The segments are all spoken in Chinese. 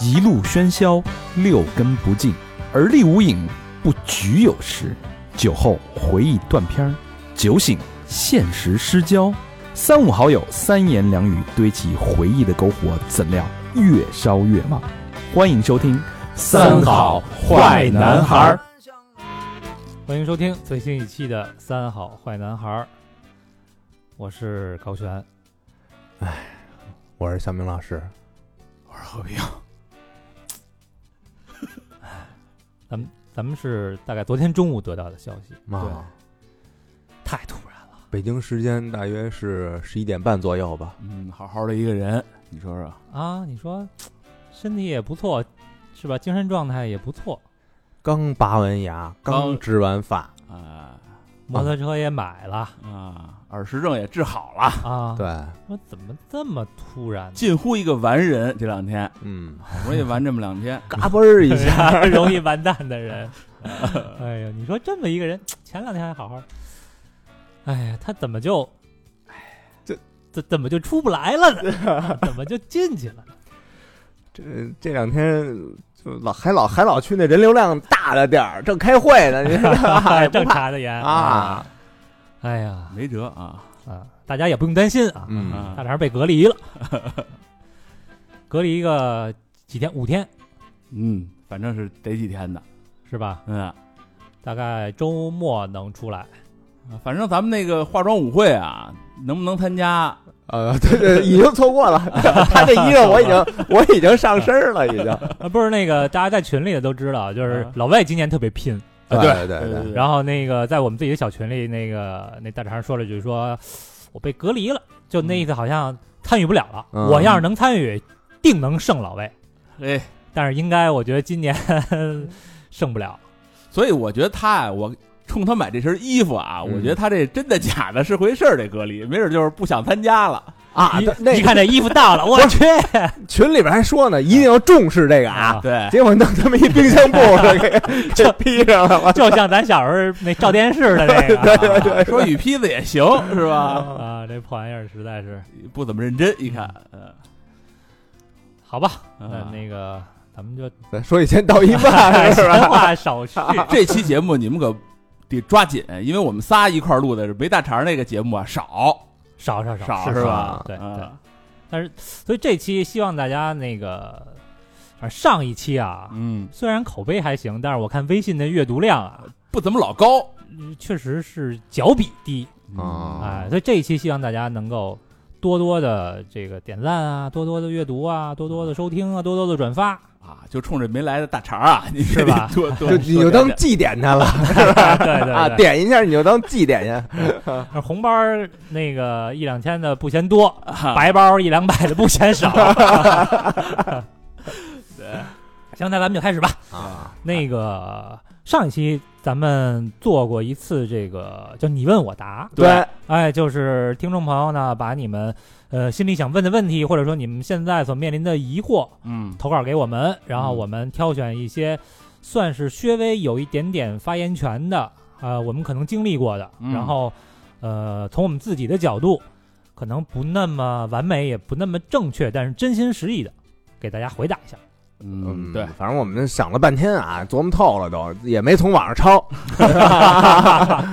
一路喧嚣，六根不净，而立无影，不局有时。酒后回忆断片儿，酒醒现实失焦。三五好友，三言两语堆起回忆的篝火，怎料越烧越旺。欢迎收听《》。儿欢迎收听最新一期的《三好坏男孩》，儿》，我是高璇。我是小明老师，咱们是大概昨天中午得到的消息，啊，太突然了。北京时间大约是十一点半左右吧。嗯，好好的一个人，你说说，啊，你说身体也不错，是吧？精神状态也不错，刚拔完牙，刚刚植完发，啊摩托车也买了啊，耳石症也治好了，啊。对，说怎么这么突然呢？近乎一个完人。这两天嗯，，好不容易完这么两天嘎嘣儿一 下，容易完蛋的人。 哎呀，你说这么一个人，前两天还好好，哎呀，他怎么就，哎，这怎怎么就出不来了 呢？怎么就进去了呢？这这两天就老还老还老去那人流量大的地儿，正开会呢，你知道 啊吧？也不正怕查的严！啊，哎呀没辙啊。啊，大家也不用担心啊，嗯啊大肠被隔离了， 隔离一个几天，五天嗯，反正是得几天的，是吧？嗯，大概周末能出来。反正咱们那个化妆舞会啊，能不能参加？呃，对对，已经错过了。他这衣服我已经我已经上身儿了，已经。啊，不是那个，大家在群里的都知道，就是嗯啊老外今年特别拼，对对对对对，然后那个在我们自己的小群里，那个那大肠说了句说，我被隔离了，就那意思好像参与不了了。嗯我要是能参与，定能胜老魏，哎，但是应该我觉得 今年胜不了。所以我觉得他啊，我冲他买这身衣服啊，嗯我觉得他这真的假的是回事儿，这隔离，没准就是不想参加了。啊，一对那一看这衣服到 了，我去群里边还说呢，一定要重视这个啊。啊！ 对，结果弄他妈一冰箱布给这披上了，我就像咱小时候那照电视的那 个啊说雨披子也行是吧？ 啊，这破玩意儿实在是不怎么认真，一看，嗯，好吧？那啊那个咱 们就操！说一千道一万 是闲吧？话少 叙，这期节目你们可得抓紧，因为我们仨一块儿录的，没大肠那个节目啊少少少少，是吧？对啊对嗯。但是，所以这期希望大家那个，反正上一期啊，嗯，虽然口碑还行，但是我看微信的阅读量啊，不怎么老高嗯确实是脚比低哦啊、哎所以这一期希望大家能够多多的这个点赞啊，多多的阅读啊，多多的收听啊，多多的转发。啊，就冲着没来的大肠啊，你是吧多多 就你就多当点祭奠他了对哎对对，啊，点一下你就当祭奠去。那红包儿那个一两千的不嫌多，啊白包儿一两百的不嫌 少。对，行，那咱们就开始吧。啊，那个上一期咱们做过一次这个叫你问我答，对，哎，就是听众朋友呢把你们呃心里想问的问题，或者说你们现在所面临的疑惑嗯投稿给我们，然后嗯我们挑选一些算是稍微有一点点发言权的，呃，我们可能经历过的，嗯然后呃从我们自己的角度，可能不那么完美，也不那么正确，但是真心实意的给大家回答一下。 嗯，对，反正我们想了半天啊，琢磨透了都，也没从网上抄，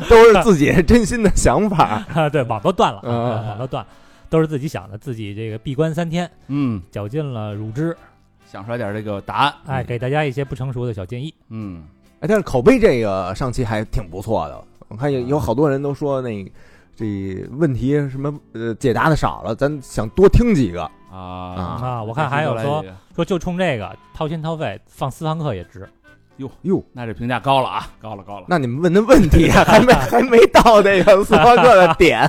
都是自己真心的想法。啊，对，网都断了，嗯啊网都断了，都是自己想的，自己这个闭关三天，嗯，绞尽了乳汁，想出来点这个答案，哎，嗯给大家一些不成熟的小建议。嗯，哎，但是口碑这个上期还挺不错的，我看有有好多人都说那这问题什么呃解答的少了，咱想多听几个。啊啊我看还有说，说就冲这个掏心掏肺放私房课也 值，哟，那这评价高了啊，高了高了，那你们问的问题啊还没还没到那个斯巴克的点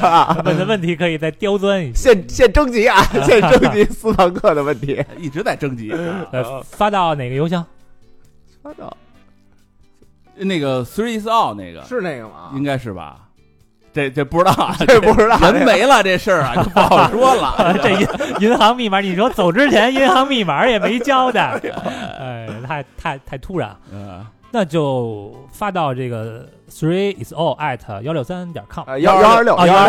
啊，问的问题可以再刁钻一些，现现征集 啊，现征集斯巴克的问题。一直在征集，啊呃，嗯发到哪个邮箱？那个 three is all 那个 是那个吗应该是吧？这这不知道啊，这不知 道人没了这事儿啊，就不好说了。 这 银银行密码，你说 走之前银行密码也没交代，哎，太太太突然了。嗯那就发到这个 three is all at 幺六三点 com 哎啊，幺幺二六啊幺二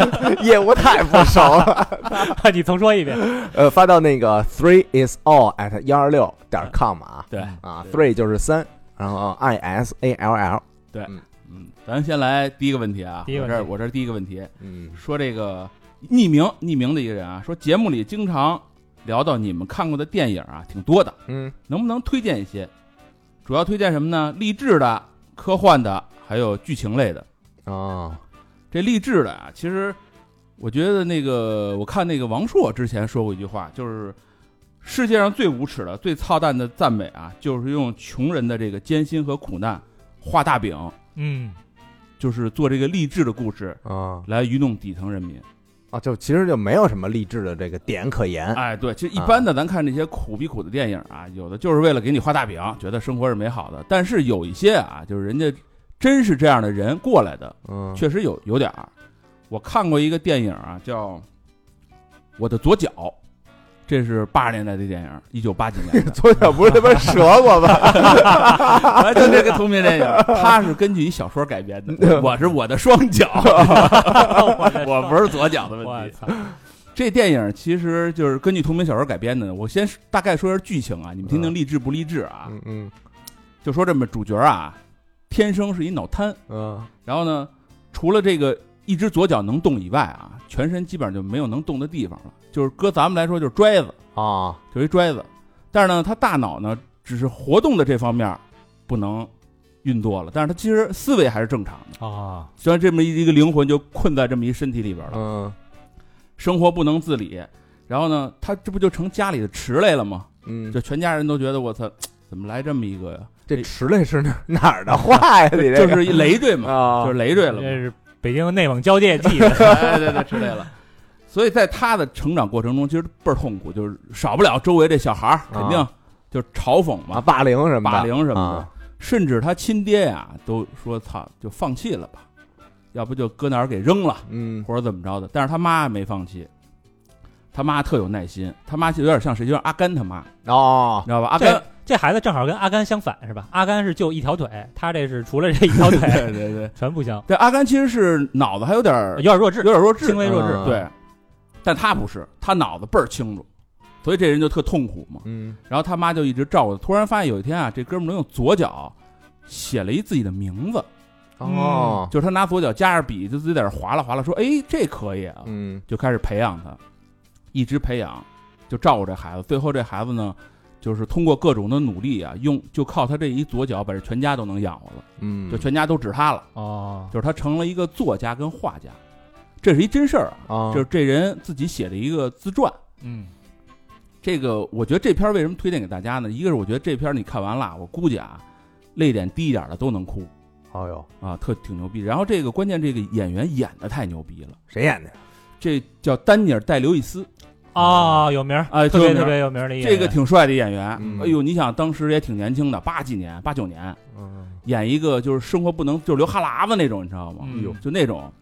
六六， 业务太不熟了。点， 你重说一遍。 呃，发到那个 three is all at 幺二六点 com 啊对，啊，three 就是三，然后 i s a l l，嗯，咱先来第一个问题啊，第一个我问这题儿我这儿第一个问题，嗯，说这个匿名匿名的一个人啊，说节目里经常聊到你们看过的电影啊，挺多的，嗯，能不能推荐一些？主要推荐什么呢？励志的、科幻的，还有剧情类的。哦，这励志的啊，其实我觉得那个，我看那个王朔之前说过一句话，就是世界上最无耻的、最操蛋的赞美啊，就是用穷人的这个艰辛和苦难画大饼，嗯，就是做这个励志的故事啊来愚弄底层人民。啊，就其实就没有什么励志的这个点可言，哎，对，其实一般的咱看这些苦逼苦的电影啊，有的就是为了给你画大饼，觉得生活是美好的。但是有一些啊，就是人家真是这样的人过来的，嗯， 确实有有点儿。我看过一个电影啊，叫《我的左脚》，这是八十年代的电影，一九八几年 的，左脚不是他妈折过吧？反正就这个同名电影，它是根据一小说改编的。我是我的双脚，我不是左脚的问哦我 题。操，这电影其实就是根据同名小说改编的。我先大概说一下剧情啊，你们听听励志不励志啊？ 嗯嗯就说这么主角啊，天生是一脑瘫，嗯然后呢，除了这个一只左脚能动以外啊，全身基本上就没有能动的地方了，就是搁咱们来说就是拽子，啊，就是一拽子。但是呢，他大脑呢只是活动的这方面不能运作了，但是他其实思维还是正常的。啊，虽然这么一一个灵魂就困在这么一身体里边了，嗯生活不能自理，然后呢，他这不就成家里的池来了吗？嗯，就全家人都觉得我操，怎么来这么一个呀？这池类是哪哪儿的 话呀？你就这个是一累赘嘛， 啊，就是累赘了这 嘛。是北京内蒙交界地 的哎，对对，之类了。所以在他的成长过程中，其实倍儿痛苦，就是少不了周围这小孩儿肯定就是嘲讽啊，嘛、霸凌什么的，霸凌什么啊的，甚至他亲爹呀都说：“操，就放弃了吧，要不就搁哪儿给扔了，嗯或者怎么着的。”但是他妈没放弃，他妈特有耐心，他妈就有点像谁，就像阿甘他妈，哦你，知道吧？阿甘这，这孩子正好跟阿甘相反是吧？阿甘是就一条腿，他这是除了这一条腿 对对对全不行，对，阿甘其实是脑子还有点儿有点弱智有，点弱智，轻微弱智。嗯对，但他不是，他脑子倍儿清楚，所以这人就特痛苦嘛。嗯然后他妈就一直照顾他。突然发现有一天啊，这哥们儿能用左脚写了一自己的名字，嗯哦，就是他拿左脚夹着笔，就自己在这儿划拉划拉，说：“哎，这可以啊！”嗯就开始培养他，一直培养，就照顾这孩子。最后这孩子呢，就是通过各种的努力啊，用就靠他这一左脚，把这全家都能养活了，嗯，就全家都指他了。哦，就是他成了一个作家跟画家，这是一真事儿啊。啊，就是这人自己写的一个自传。嗯，这个我觉得这片儿为什么推荐给大家呢？一个是我觉得这片儿你看完了，我估计啊，泪点低一点的都能哭哦哟，啊，特挺牛逼。然后这个关键这个演员演的太牛逼了，谁演的？这叫丹尼尔戴刘易斯，哦，有名儿，哎，特别挺特有名别有名儿的一个这个人挺帅的演员。嗯哎呦，你想当时也挺年轻的，八几年、八九年，嗯演一个就是生活不能就是流哈喇子那种，你知道吗？嗯哎呦，就那种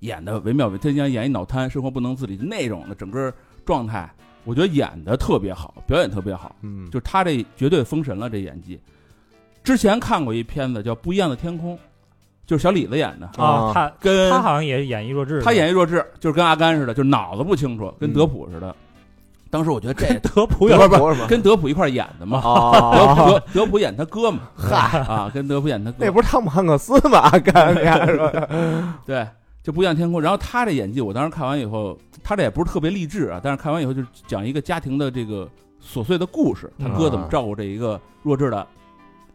演的惟妙惟肖，他想演一脑瘫，生活不能自理那种的整个状态，我觉得演的特别好，表演特别好。嗯，就是他这绝对封神了，这演技。之前看过一片子叫《不一样的天空》，就是小李子演的，啊，啊他哦跟他好像也演一弱智的，他演一弱智，就是跟阿甘似的，就是脑子不清楚，跟嗯德普似的。 当时我觉得这德普不有是不不是是跟德普一块儿演的嘛， 德哦，德德普演他哥嘛， 嗨，啊，跟德普演他哥那，不是汤姆汉克斯吗？阿甘，你还说对，就不一样天空。然后他这演技，我当时看完以后，他这也不是特别励志啊，但是看完以后就是讲一个家庭的这个琐碎的故事，他哥怎么照顾这一个弱智的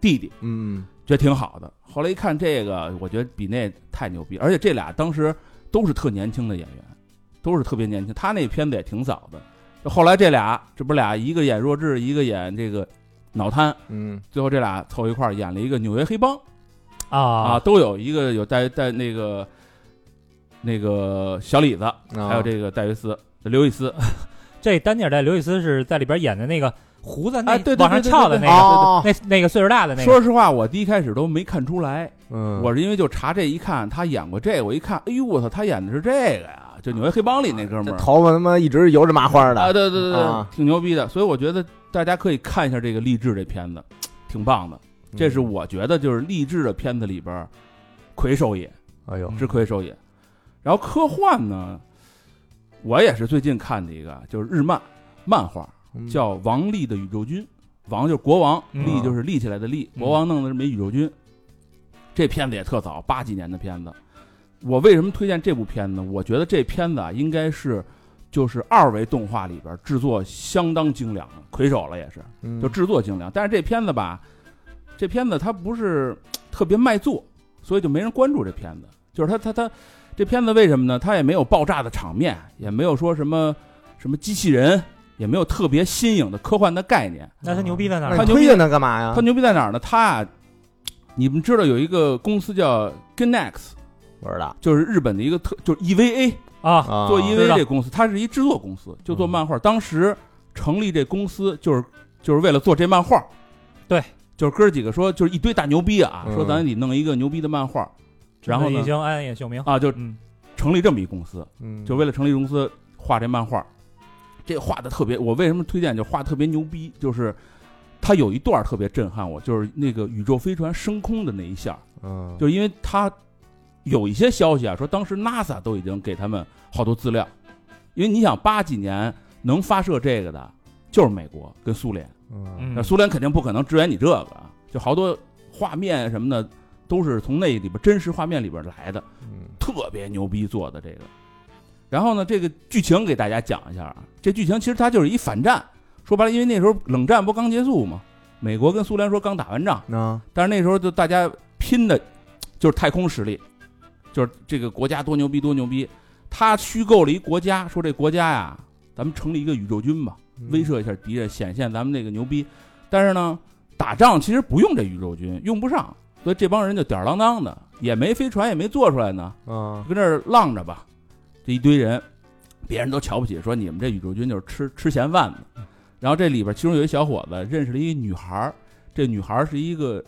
弟弟，嗯觉得挺好的。后来一看这个，我觉得比那太牛逼，而且这俩当时都是特年轻的演员，都是特别年轻。他那片子也挺早的，后来这俩这不俩一个演弱智，一个演这个脑瘫，嗯最后这俩凑一块儿演了一个纽约黑帮。啊，啊，都有一个有戴戴那个那个小李子，哦还啊有这个戴维斯、刘易斯，这丹尼尔戴刘易斯是在里边演的那个胡子那哎对对对往上翘的对那对个，哦， 那那个岁数大的那个，说实话，我第一开始都没看出来，嗯，我是因为就查这一看，他演过这个，我一看，哎呦我操，他演的是这个呀，就纽约黑帮里那哥们这儿头发他妈一直油着麻花啊，的，对对对对啊，挺牛逼的，所以我觉得大家可以看一下这个励志这片子，挺棒的。这是我觉得就是励志的片子里边儿魁首也，哎呦，是魁首也。然后科幻呢，我也是最近看的一个，就是日漫漫画，嗯叫《王力的宇宙军》，王就是国王，嗯力就是立起来的力，嗯国王弄的是枚宇宙军。这片子也特早，八几年的片子。我为什么推荐这部片子呢？我觉得这片子啊，应该是就是二维动画里边制作相当精良的，魁首了也是，嗯就制作精良。但是这片子吧，这片子它不是特别卖座，所以就没人关注这片子。就是它它它这片子为什么呢？它也没有爆炸的场面，也没有说什么什么机器人，也没有特别新颖的科幻的概念。那他牛逼在哪那儿他你牛推逼荐它干嘛呀它？牛逼在哪儿呢？它啊，你们知道有一个公司叫 Genex，不知道就是日本的一个特就是 E EVA 啊？啊，做 EVA 知道这公司，它是一制作公司，就做漫画。当时成立这公司就是就是为了做这漫画，对，就是哥儿几个说就是一堆大牛逼啊，嗯说咱得弄一个牛逼的漫画，然后已呢经暗夜秀明，啊就嗯成立这么一公司，嗯就为了成立公司画这漫画，这画的特别，我为什么推荐就画特别牛逼，就是。它有一段特别震撼我，就是那个宇宙飞船升空的那一下，嗯就是因为他有一些消息啊，说当时 NASA 都已经给他们好多资料，因为你想八几年能发射这个的，就是美国跟苏联，嗯那嗯，苏联肯定不可能支援你这个啊，就好多画面什么的都是从那里边真实画面里边来的，嗯特别牛逼做的这个。然后呢，这个剧情给大家讲一下啊，这剧情其实它就是一反战，说白了，因为那时候冷战不刚结束嘛，美国跟苏联说刚打完仗。那但是那时候就大家拼的，就是太空实力，就是这个国家多牛逼多牛逼。他虚构了一国家，说这国家呀，咱们成立一个宇宙军吧，嗯威慑一下敌人，显现咱们那个牛逼。但是呢，打仗其实不用这宇宙军，用不上，所以这帮人就吊儿郎当的，也没飞船，也没做出来呢，啊跟这儿浪着吧。这一堆人，别人都瞧不起，说你们这宇宙军就是吃吃闲饭的。然后这里边其中有一小伙子认识了一女孩儿，这女孩儿是一个，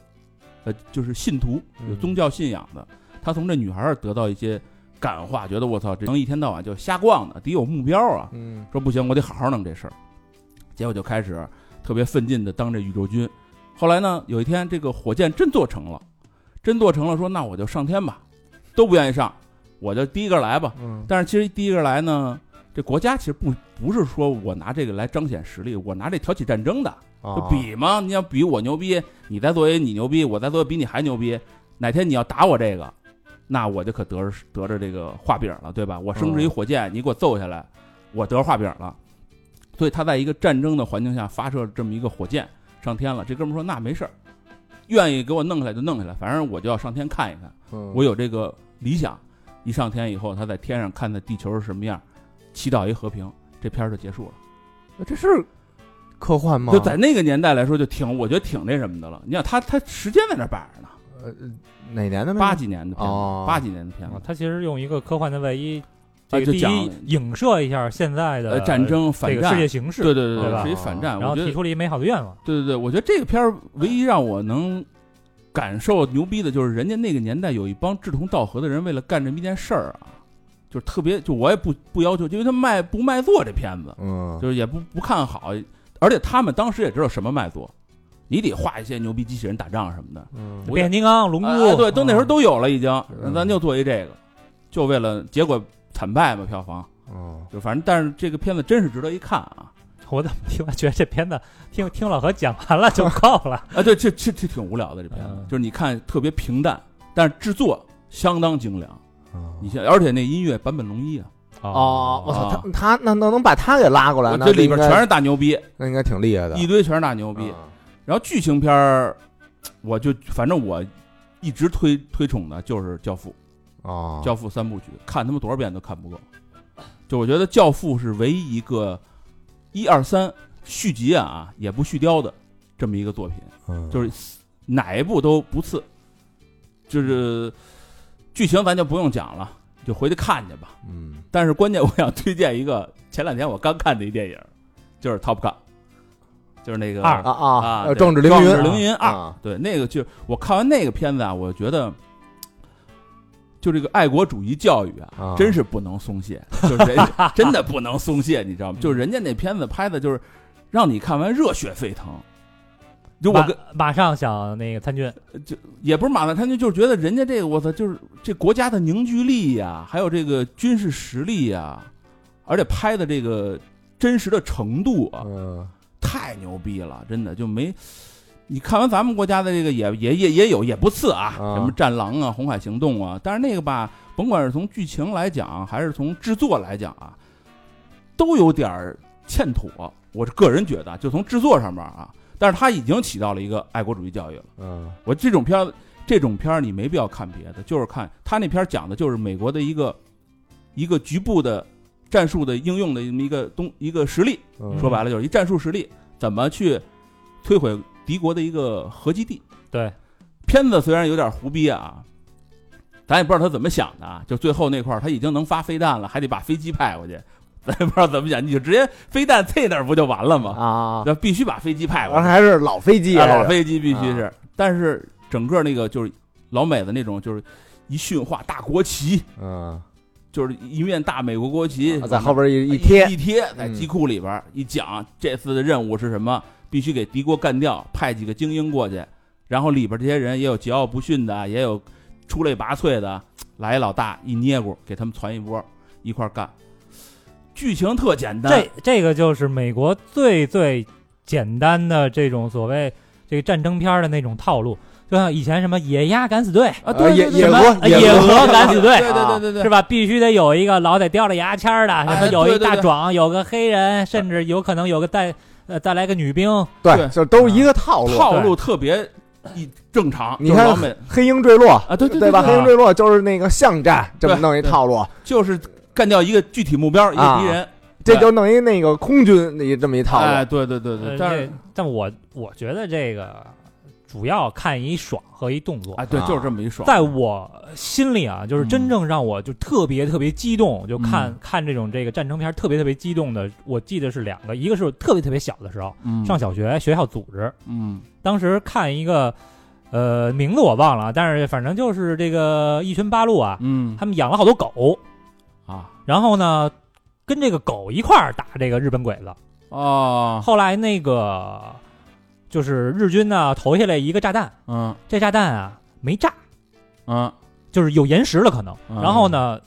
呃，就是信徒，有宗教信仰的。他从这女孩儿得到一些感化，觉得我操，这能一天到晚就瞎逛的，得有目标啊。嗯说不行，我得好好弄这事儿。结果就开始特别奋进的当这宇宙军。后来呢，有一天这个火箭真做成了，真做成了，说那我就上天吧，都不愿意上，我就第一个来吧。嗯但是其实第一个来呢，这国家其实不不是说我拿这个来彰显实力，我拿这挑起战争的，就啊比嘛。你要比我牛逼，你再作为你牛逼，我再作为比你还牛逼，哪天你要打我这个，那我就可得着得着这个画饼了，对吧？我升职一火箭，你给我揍下来，我得着画饼了。所以他在一个战争的环境下发射这么一个火箭上天了，这哥们儿说那没事儿，愿意给我弄下来就弄下来，反正我就要上天看一看。嗯我有这个理想，一上天以后，他在天上看在地球是什么样，祈祷一和平，这片儿就结束了。这是科幻吗？就在那个年代来说，就挺我觉得挺那什么的了。你想他他时间在那摆着呢，呃哪年嗯的八几年的片子，哦八几年的片子，啊他其实用一个科幻的外衣，啊这就个第讲一影射一下现在呃的战争反这个战世，界形势，对对对对吧是一反战。然我后觉提得出了一美好的愿望。对对对，我觉得这个片儿唯一让我能感受牛逼的就是人家那个年代有一帮志同道合的人，为了干这么一件事儿啊，就是特别就我也不不要求，因为他卖不卖座这片子，嗯就是也不不看好，而且他们当时也知道什么卖座，你得画一些牛逼机器人打仗什么的，嗯我变形金刚、龙珠，哎对，都那时候嗯都有了，已经，那嗯咱就做一这个，就为了结果惨败嘛，票房嗯就反正，但是这个片子真是值得一看啊！ 我怎么听觉得这片子听听老何讲完了就够了？啊，对，这这这挺无聊的这片子嗯，就是你看特别平淡，但是制作相当精良，嗯你像而且那音乐坂本龙一啊，哦，我操，啊他他那能能把他给拉过来，那这里边应该全是大牛逼，那应该挺厉害的，一堆全是大牛逼，啊然后剧情片儿，我就反正我一直推推崇的就是《教父》哦，《教父》三部曲，看他们多少遍都看不够。就我觉得《教父》是唯一一个一二三续集啊，也不续貂的这么一个作品，嗯就是哪一部都不次。就是剧情咱就不用讲了，就回去看去吧。嗯但是关键我想推荐一个前两天我刚看的一电影，就是《Top Gun》，就是那个二啊啊，啊呃对壮志凌壮云志凌云二啊，对，那个就我看完那个片子啊，我觉得，就这个爱国主义教育啊，啊真是不能松懈，就是人真的不能松懈，你知道吗？就是人家那片子拍的，就是让你看完热血沸腾， 就我马跟马上想那个参军，也不是马大他就就是觉得人家这个我操，就是这国家的凝聚力呀、还有这个军事实力呀、而且拍的这个真实的程度啊，嗯，太牛逼了，真的就没。你看完咱们国家的这个也也也也有也不次啊，啊什么《战狼》啊，《红海行动》啊，但是那个吧，甭管是从剧情来讲，还是从制作来讲啊，都有点儿欠妥。我是个人觉得啊，就从制作上面啊，但是它已经起到了一个爱国主义教育了。嗯我这种片儿，这种片儿你没必要看别的，就是看他那片儿讲的就是美国的一个一个局部的战术的应用的这么一个东一个实力，嗯，说白了就是一战术实力，怎么去摧毁敌国的一个核基地。对，片子虽然有点胡逼啊，咱也不知道他怎么想的啊。就最后那块儿，他已经能发飞弹了，还得把飞机派过去， 咱也不知道怎么想，你就直接飞弹在那儿不就完了吗？啊，那必须把飞机派过完去。还是老飞机，啊，还是老飞机必须是，但是整个那个就是老美的那种，就是一驯化大国旗，嗯，就是一面大美国国旗，啊在后边一一一贴，一贴在机库里边儿、一讲这次的任务是什么，必须给敌国干掉，派几个精英过去，然后里边这些人也有桀骜不驯的，也有出类拔萃的，来一老大一捏咕，给他们攒一波一块儿干。剧情特简单，这这个就是美国最最简单的这种所谓这个战争片儿的那种套路，就像以前什么野鸭敢死队啊，对呃对野对野什么鹅呃野鹅敢死队啊对对对 对对，啊是吧？必须得有一个老得叼着牙签儿的，什么有对一对大对壮，有个黑人，甚至有可能有个带呃再来个女兵，对，对就都是一个套路。套路特别一正常。你就是看老美黑鹰坠落，啊，对对对吧？黑对鹰坠落就是那个巷战，这么弄一套路，就是干掉一个具体目标，一个啊敌人。这对就弄一那个空军那这么一套哎，路。对对对呃对，但这是但我我觉得这个主要看一爽和一动作啊，对啊，就是这么一爽。在我心里啊，就是真正让我就特别特别激动，就看、嗯看这种这个战争片儿特别特别激动的，我记得是两个，一个是我特别特别小的时候，嗯上小学学校组织，嗯当时看一个呃名字我忘了，但是反正就是这个一群八路啊，嗯他们养了好多狗，啊然后呢跟这个狗一块儿打这个日本鬼啊子，哦后来那个就是日军呢投下来一个炸弹，嗯这炸弹啊没炸。嗯就是有延时了可能。嗯然后呢，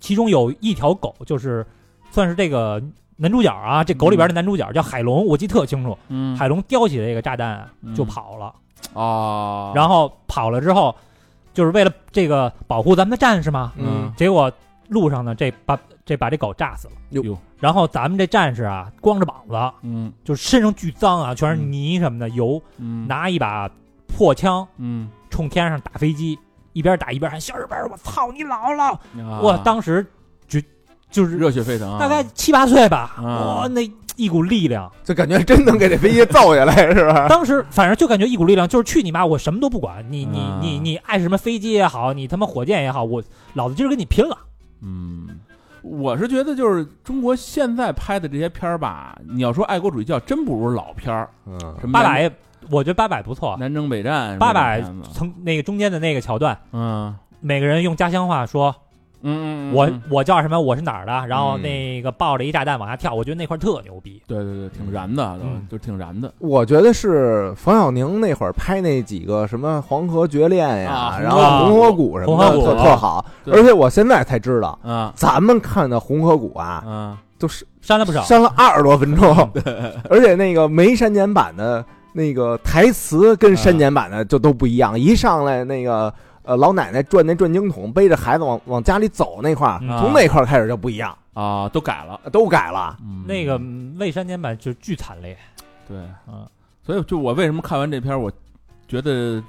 其中有一条狗就是算是这个男主角啊，这狗里边的男主角叫海龙，我记得特清楚。嗯海龙叼起这个炸弹嗯就跑了，哦，然后跑了之后，就是为了这个保护咱们的战士嘛。嗯结果路上呢，这把这把这狗炸死了。哟哟然后咱们这战士啊，光着膀子，嗯就身上巨脏啊，全是嗯泥什么的，油，嗯拿一把破枪嗯，冲天上打飞机，一边打一边喊：“小日本儿，我操你姥姥！”啊我当时就就是热血沸腾啊，大概七八岁吧，啊哇，那一股力量，就感觉真能给这飞机揍下来， 是吧？当时反正就感觉一股力量，就是去你妈，我什么都不管，你你啊你你爱什么飞机也好，你他妈火箭也好，我老子今儿跟你拼了。嗯。我是觉得，就是中国现在拍的这些片儿吧，你要说爱国主义教，真不如老片儿。嗯什么八南百，我觉得八百不错，南征北战，八百嗯从那个中间的那个桥段，嗯每个人用家乡话说，嗯，嗯我嗯我叫什么，我是哪儿的，然后嗯那个抱着一炸弹往下跳，我觉得那块儿特牛逼。对对对，挺燃的，都嗯就挺燃的。我觉得是冯小宁那会儿拍那几个什么《黄河绝恋》呀啊，然后《红红河河谷》什红么的，河谷特特好。对而且我现在才知道，啊咱们看的《红河谷》啊，啊，都是删了不少，删了二十多分钟，嗯 而且那个没删减版的那个台词跟删减版的就都不一样。一上来那个呃老奶奶转那转经筒，背着孩子往往家里走那块儿，嗯从那块儿开始就不一样，啊，都改了。都改了。嗯那个嗯未删减版就巨惨烈。对，嗯，所以就我为什么看完这片儿，我觉得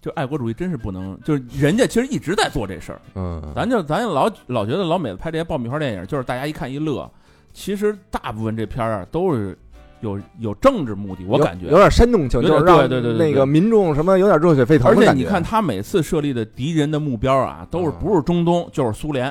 就爱国主义真是不能，就是人家其实一直在做这事儿，嗯，咱就咱就老老觉得老美子拍这些爆米花电影，就是大家一看一乐，其实大部分这片儿啊都是有有政治目的，我有感觉有。点煽动性，有就点是让对对对对对那个民众什么有点热血沸腾而的且感你觉。啊看，他每次设立的敌人的目标啊，都是嗯不是中东就是苏联。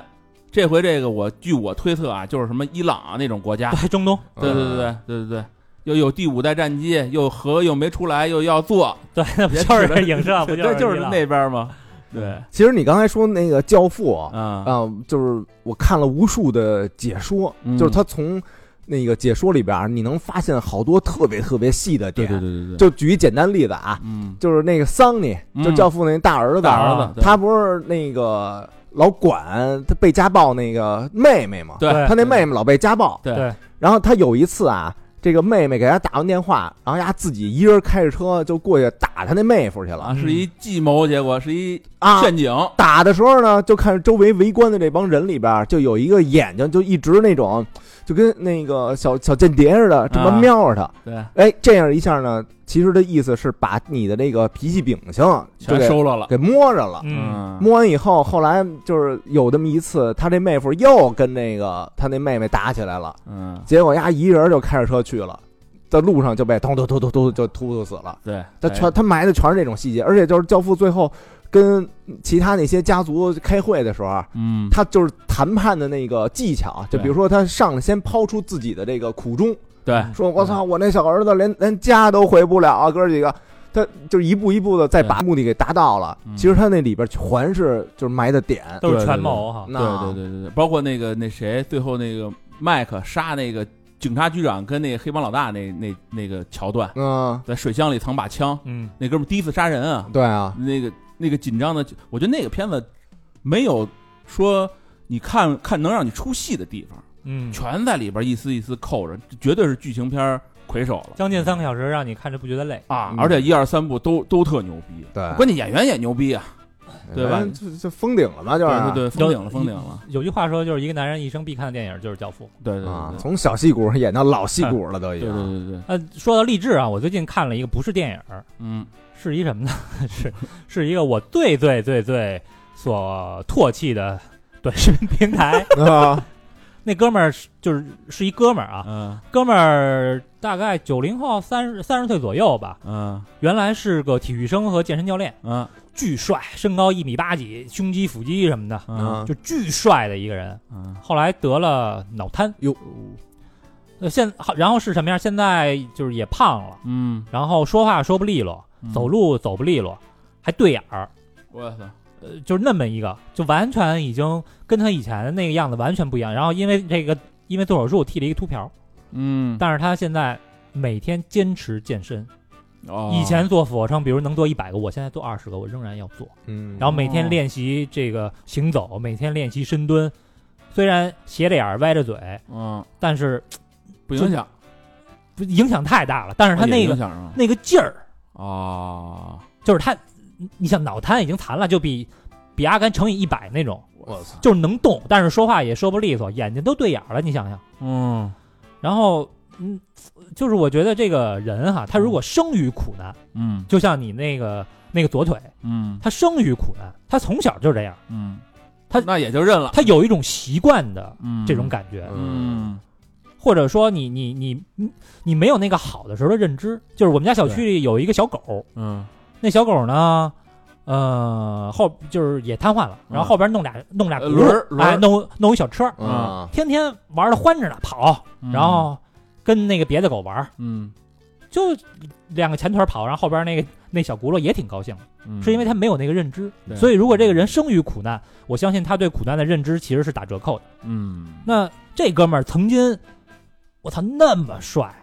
这回这个我据我推测啊，就是什么伊朗啊那种国 家，对，中东对对对嗯对对对对，又有第五代战机，又核又没出来，又要做， 对，那不就是影射，不就是对，啊就是伊朗那边嘛。对，其实你刚才说那个《教父》啊，啊，啊，就是我看了无数的解说，嗯就是他从那个解说里边儿，你能发现好多特别特别细的对点。对对对对，就举一简单例子啊，嗯，就是那个桑尼，就嗯教父那大儿子，啊大儿子，他不是那个老管他被家暴那个妹妹吗？对对他那妹妹老被家暴，对对然后他有一次啊，这个妹妹给他打完电话，然后他自己一人开着车就过去打他那妹夫去了啊，是一计谋，结果是一啊。陷阱，打的时候呢，就看周围围观的这帮人里边儿，就有一个眼睛就一直那种，就跟那个小小间谍似的，这么啊瞄着他。对，哎，这样一下呢，其实的意思是把你的那个脾气秉性就全给收了了，给摸着了。嗯，嗯，摸完以后，后来就是有这么一次，他这妹夫又跟那个他那妹妹打起来了，嗯，结果丫一人就开着车去了，在路上就被咚咚咚咚咚就突突死了。对，哎他全他埋的全是这种细节，而且就是教父最后跟其他那些家族开会的时候，啊嗯，他就是谈判的那个技巧，啊就对比如说他上来先抛出自己的这个苦衷，对，说我操，我那小儿子连连家都回不了啊，哥几个，他就一步一步的再把目的给达到了嗯。其实他那里边全是就是埋的点，都对是对权对谋哈，那对对对对对，包括那个那谁，最后那个麦克杀那个警察局长跟那个黑帮老大那那那个桥段，嗯，在水箱里藏把枪，嗯，那哥们儿第一次杀人啊，对啊，那个那个紧张的，我觉得那个片子没有说你看看能让你出戏的地方，嗯，全在里边一丝一丝扣着，这绝对是剧情片儿魁首了将近三个小时，让你看着不觉得累。啊！嗯而且一二三部都都特牛逼，对关键演员也牛逼啊！对吧反正就就封顶了嘛，就是啊对对，封顶了，有封顶了，有句话说，就是一个男人一生必看的电影就是《教父》。对对啊，对啊从小戏骨演到老戏骨了，都已对对对经。对对，呃，说到励志啊，我最近看了一个不是电影，嗯是一什么呢？ 是是一个我最最最最所唾弃的短视频平台。啊，那哥们儿是就是是一哥们儿啊，嗯哥们儿大概九零后，三十三十岁左右吧，嗯原来是个体育生和健身教练，嗯巨帅，身高一米八几，胸肌、腹肌什么的，嗯就巨帅的一个人。嗯，后来得了脑瘫，哟，呃，现好然后是什么样？现在就是也胖了，嗯，然后说话说不利落，嗯走路走不利落，还对眼儿，我操，呃，就是那么一个，就完全已经跟他以前的那个样子完全不一样。然后因为这个，因为做手术剃了一个秃瓢，嗯，但是他现在每天坚持健身。哦以前做俯卧撑，比如能做一百个，我现在做二十个，我仍然要做。 嗯，然后每哦天练习这个行走，每天练习深蹲，虽然斜着眼儿歪着嘴，嗯但是不影响，不影响太大了。但是他哦也那影个响是吗？那个劲儿，哦，就是他，你你想脑瘫已经残了，就比比阿甘乘以一百那种，我操，就是能动，但是说话也说不利索，眼睛都对眼儿了，你想想。嗯然后，嗯，就是我觉得这个人哈，他如果生于苦难，嗯就像你那个那个左腿，嗯他生于苦难，他从小就这样，嗯，他那也就认了，他有一种习惯的嗯这种，感觉，嗯或者说你你你你你没有那个好的时候的认知。就是我们家小区里有一个小狗，嗯那小狗呢，呃，后就是也瘫痪了，然后嗯后边弄俩弄俩呃轱辘轮儿轮儿哎，弄弄一小车，啊，天天玩的欢着呢，跑，嗯哎然后跟那个别的狗玩，嗯，就两个前腿跑，然后后边那个那小轱辘也挺高兴的，嗯是因为他没有那个认知。对所以如果这个人生于苦难，我相信他对苦难的认知其实是打折扣的。嗯，那这哥们儿曾经，我操，那么帅，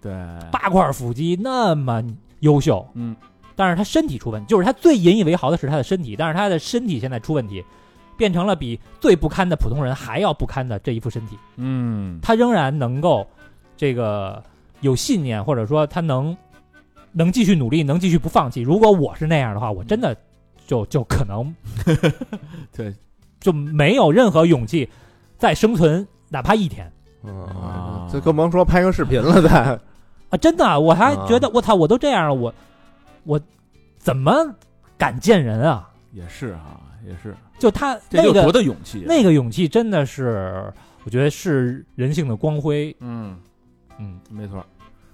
对八块腹肌，那么优秀，嗯，但是他身体出问题，就是他最引以为豪的是他的身体，但是他的身体现在出问题，变成了比最不堪的普通人还要不堪的这一副身体，嗯他仍然能够这个有信念，或者说他能能继续努力，能继续不放弃。如果我是那样的话，我真的就就可能嗯 对就没有任何勇气再生存哪怕一天。啊嗯，这更甭说拍个视频了，再 啊，真的啊，我还啊觉得我操，我都这样了，我我怎么敢见人啊？也是哈，也是，就他这那就多个大勇气，啊那个勇气，真的是我觉得是人性的光辉。嗯，嗯，没错，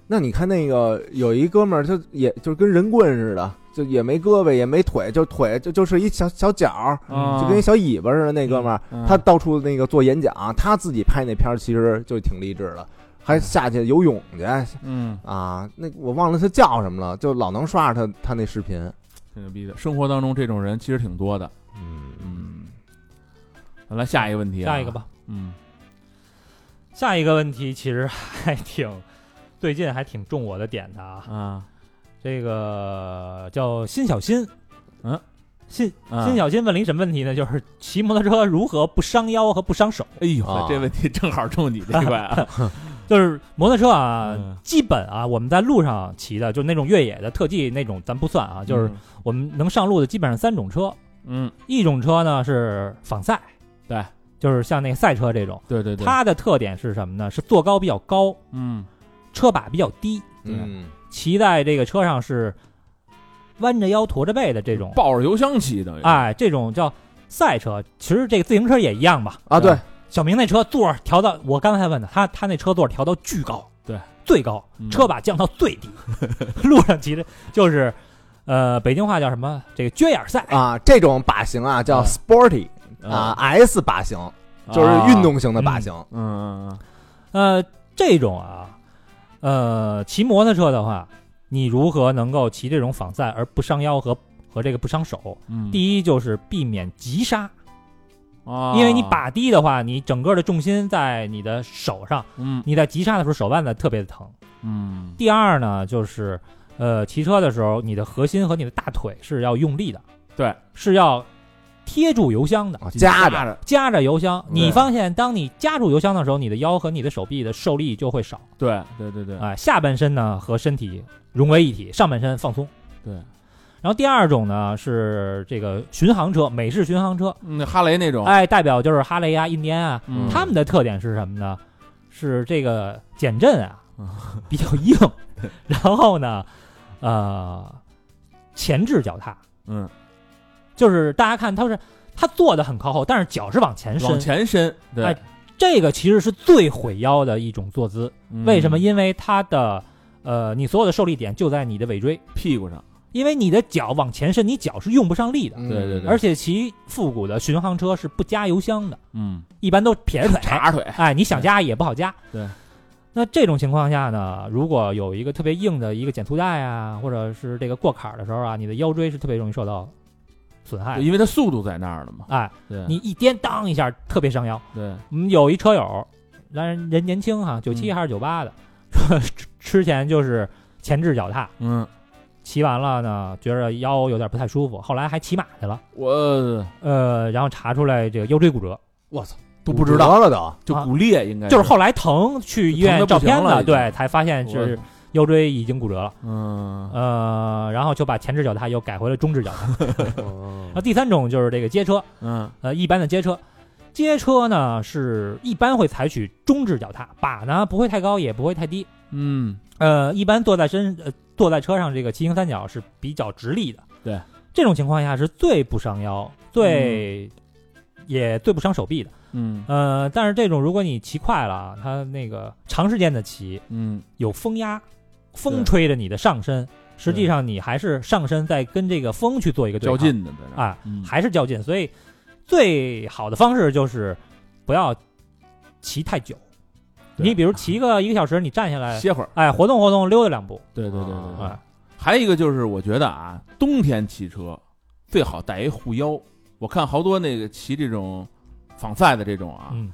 那你看那个有一哥们儿，就也就是跟人棍似的，就也没胳膊也没腿，就腿就就是一小小脚儿，嗯就跟一小尾巴似的。那哥们儿、啊嗯他到处那个做演讲，他自己拍那片儿其实就挺励志的，还下去游泳去嗯啊。那我忘了他叫什么了，就老能刷着他他那视频。挺牛逼的，生活当中这种人其实挺多的，嗯嗯，来下一个问题，下一个，吧。嗯下一个问题其实还挺最近还挺中我的点的啊，啊，这个叫辛小新，嗯，辛啊辛小新问了一什么问题呢？就是骑摩托车如何不伤腰和不伤手？哎呦啊这问题正好中你这块啊！就是摩托车啊，嗯基本啊，我们在路上骑的，就那种越野的、特技那种，咱不算啊。 就是我们能上路的，基本上三种车，嗯，一种车呢是仿赛，对，就是像那个赛车这种，对对对，它的特点是什么呢？是坐高比较高，嗯车把比较低，嗯，骑在这个车上是弯着腰、驼着背的这种，抱着油箱骑等于，哎，这种叫赛车。其实这个自行车也一样吧。啊，对，小明那车座儿调到，我刚才问的，他他那车座儿调到巨高，对，最高，嗯车把降到最低， 路上骑着就是，呃，北京话叫什么？这个撅眼儿赛，啊，这种把型啊叫啊 sporty 啊啊， ，S 把型就是运动型的把嗯型，嗯，嗯嗯呃，这种啊，呃，骑摩托车的话，你如何能够骑这种仿赛而不伤腰和和这个不伤手？嗯，第一就是避免急刹，啊，因为你把低的话，你整个的重心在你的手上，嗯你在急刹的时候手腕子特别的疼。嗯第二呢，就是呃，骑车的时候，你的核心和你的大腿是要用力的，对，是要贴住油箱的，啊夹着，着，夹着油箱。对你发现，当你夹住油箱的时候，你的腰和你的手臂的受力就会少对对对对，啊、下半身呢和身体融为一体，上半身放松。对。然后第二种呢是这个巡航车，美式巡航车，那嗯哈雷那种，哎，代表就是哈雷啊、印第安啊，哦嗯他们的特点是什么呢？是这个减震啊嗯比较硬， 然后呢，呃，前置脚踏，嗯，就是大家看它是它做的很靠后，但是脚是往前伸往，前伸，对，哎这个其实是最毁腰的一种坐姿。嗯为什么？因为它的呃，你所有的受力点就在你的尾椎，屁股上，因为你的脚往前伸，你脚是用不上力的，嗯对对对而且骑复古的巡航车是不加油箱的，嗯，一般都撇着腿，叉腿，哎，你想加也不好加。对。那这种情况下呢，如果有一个特别硬的一个减速带啊，或者是这个过坎儿的时候啊，你的腰椎是特别容易受到损害对的。因为它速度在那儿了嘛，哎，对，你一颠当一下，特别伤腰。对，我们嗯有一车友，但是人年轻哈、九嗯七还是九八的，说吃之前就是前置脚踏，嗯，骑完了呢，觉着腰有点不太舒服，后来还骑马去了，我呃，然后查出来这个腰椎骨折，都不知道，骨折了都，就骨裂应该啊就是后来疼去医院哎疼得照不行片了子，已经对，才发现是腰椎已经骨折了。嗯呃，然后就把前置脚踏又改回了中置脚踏。然后第三种就是这个街车，嗯呃，一般的街车，街车呢是一般会采取中置脚踏，把呢不会太高，也不会太低。嗯呃，一般坐在身呃坐在车上这个骑行三角是比较直立的。对，这种情况下是最不伤腰，最、也最不伤手臂的。嗯呃，但是这种如果你骑快了啊，它那个长时间的骑，嗯，有风压，风对吹着你的上身，实际上你还是上身在跟这个风去做一个对较抗，劲的在那儿啊，嗯还是较劲。所以最好的方式就是不要骑太久。对你比如骑个一个小时，你站下来，歇会儿，哎，活动活动，溜达两步，对对对对对啊，还有一个就是我觉得啊，冬天骑车最好带一护腰，我看好多那个骑这种仿赛的这种啊，嗯，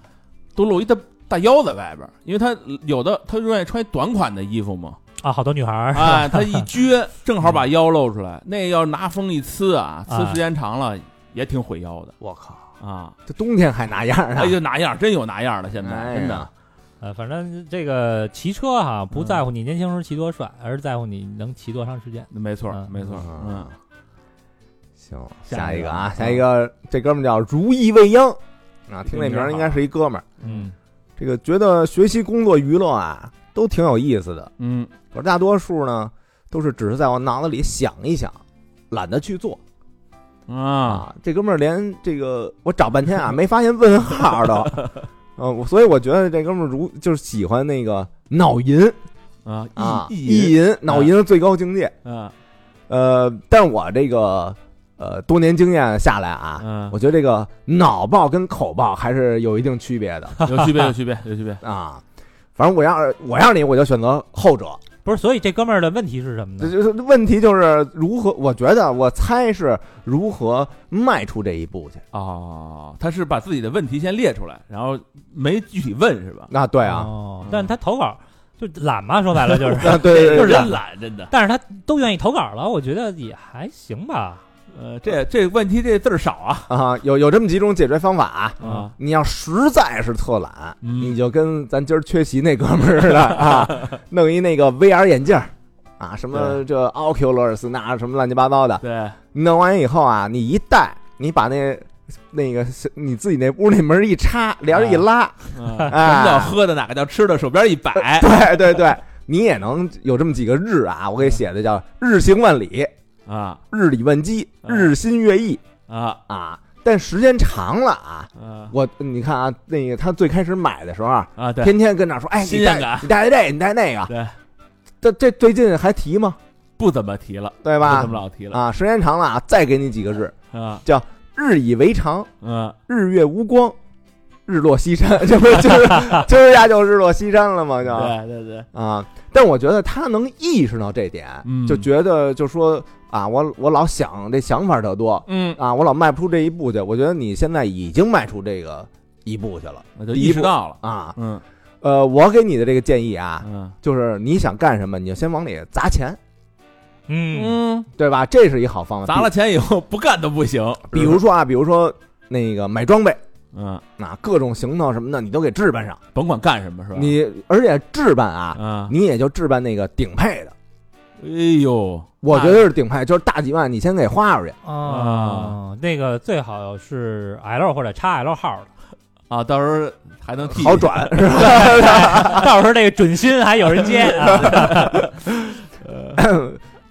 都露一大大腰在外边儿，因为他有的他就愿意穿一短款的衣服嘛，啊，好多女孩儿， 啊，他一撅，正好把腰露出来。那要拿风一呲啊，嗯啊呲时间长了也挺毁腰的我靠，啊。这冬天还拿样儿呢哎，就哪样，真有哪样了，现哎在呀真的。呃，反正这个骑车哈，不在乎你年轻时候骑多帅，而是在乎你能骑多长时间。没错儿，嗯没错儿，嗯嗯，行，下一下一个个啊嗯，下一个，这哥们儿叫如意未央啊，听这名儿应该是一哥们儿。嗯这个觉得学习、工作、娱乐啊，都挺有意思的，嗯可是大多数呢，都是只是在我脑子里想一想，懒得去做啊，嗯啊。这哥们儿连这个我找半天啊，没发现问号 都，嗯、我所以我觉得这哥们儿如就是喜欢那个脑淫啊嗯啊，意意淫，脑淫是最高境界。嗯啊呃，但是我这个呃多年经验下来啊，嗯我觉得这个脑爆跟口爆还是有一 定区别的 有区别，有区别，有区别。啊。反正我要是我要是你，我就选择后者不是，所以这哥们儿的问题是什么这呢？就是问题就是如何？我觉得我猜是如何迈出这一步去。哦，他是把自己的问题先列出来，然后没具体问是吧？那对啊，哦嗯，，但他投稿就懒嘛，说白了就是啊 对对对 就是对，真懒，真的。但是他都愿意投稿了，我觉得也还行吧。呃，这这问题这字儿少啊啊，有有这么几种解决方法啊。啊，你要实在是特懒，嗯你就跟咱今儿缺席那哥们儿似 的啊，弄一那个 VR 眼镜儿啊，什么这 Oculus 那什么乱七八糟的，对，弄完以后啊，你一戴，你把那那个你自己那屋那门一插，帘儿一拉，嗯哎、什么叫喝的，哪个叫吃的，手边一摆， 对对对，你也能有这么几个日啊，我给写的叫日行万里， 啊日理万机，嗯日新月异啊啊。但时间长了啊，啊我你看啊，那个他最开始买的时候啊，啊！对，天天跟那儿说，哎，新你鲜带感你带这，你带那个，对，这这最近还提吗？不怎么提了，对不吧怎？么老提了啊，时间长了啊，再给你几个日，啊日以为常，嗯日月无光，日落西山， 这不是就是今儿呀就日落西山了吗？就对对对，啊，但我觉得他能意识到这点，嗯就觉得就说啊，我我老想这想法特多嗯，啊，我老迈不出这一步去。我觉得你现在已经迈出这个一步去了我就第一意识步到了，啊。嗯呃，我给你的这个建议啊，嗯就是你想干什么，你就先往里砸钱，嗯，嗯，啊对吧？这是一好方法。砸了钱以后不干都不行，比，比如说啊，比如说那个买装备嗯，啊，各种行头什么的，你都给置办上。甭管干什么是吧？你而且置办啊，啊，你也就置办那个顶配的，哎呦，我觉得是顶配，就是大几万，你先给花 出去。哦，那个最好是 L 或者 XL 号的，啊，到时候还能替好转是吧？ 到时候这个准新还有人接啊。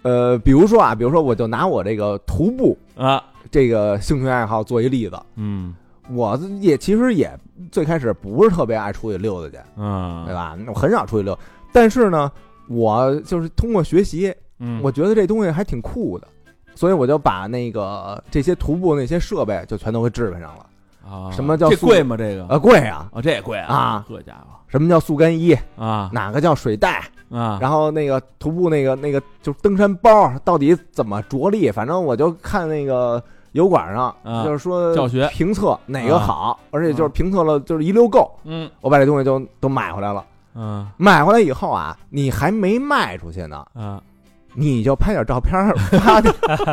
呃，比如说啊，比如说我就拿我这个徒步啊，这个兴趣爱好做一例子，嗯我也其实也最开始不是特别爱出去溜达去，对嗯，吧？我很少出去溜，但是呢，我就是通过学习，嗯我觉得这东西还挺酷的，所以我就把那个呃这些徒步那些设备就全都给置办上了。啊什么叫这速贵吗？这个呃，贵啊，啊，这也贵啊这家伙什么叫速干衣？啊哪个叫水袋？啊，然后那个徒步那个那个就是登山包到底怎么着力？反正我就看那个油管上，啊就是说教学啊评测哪个好，而且就是评测了就是一溜够，嗯我把这东西就都买回来了。嗯买回来以后啊，你还没卖出去呢，啊你就拍点照片儿发 你，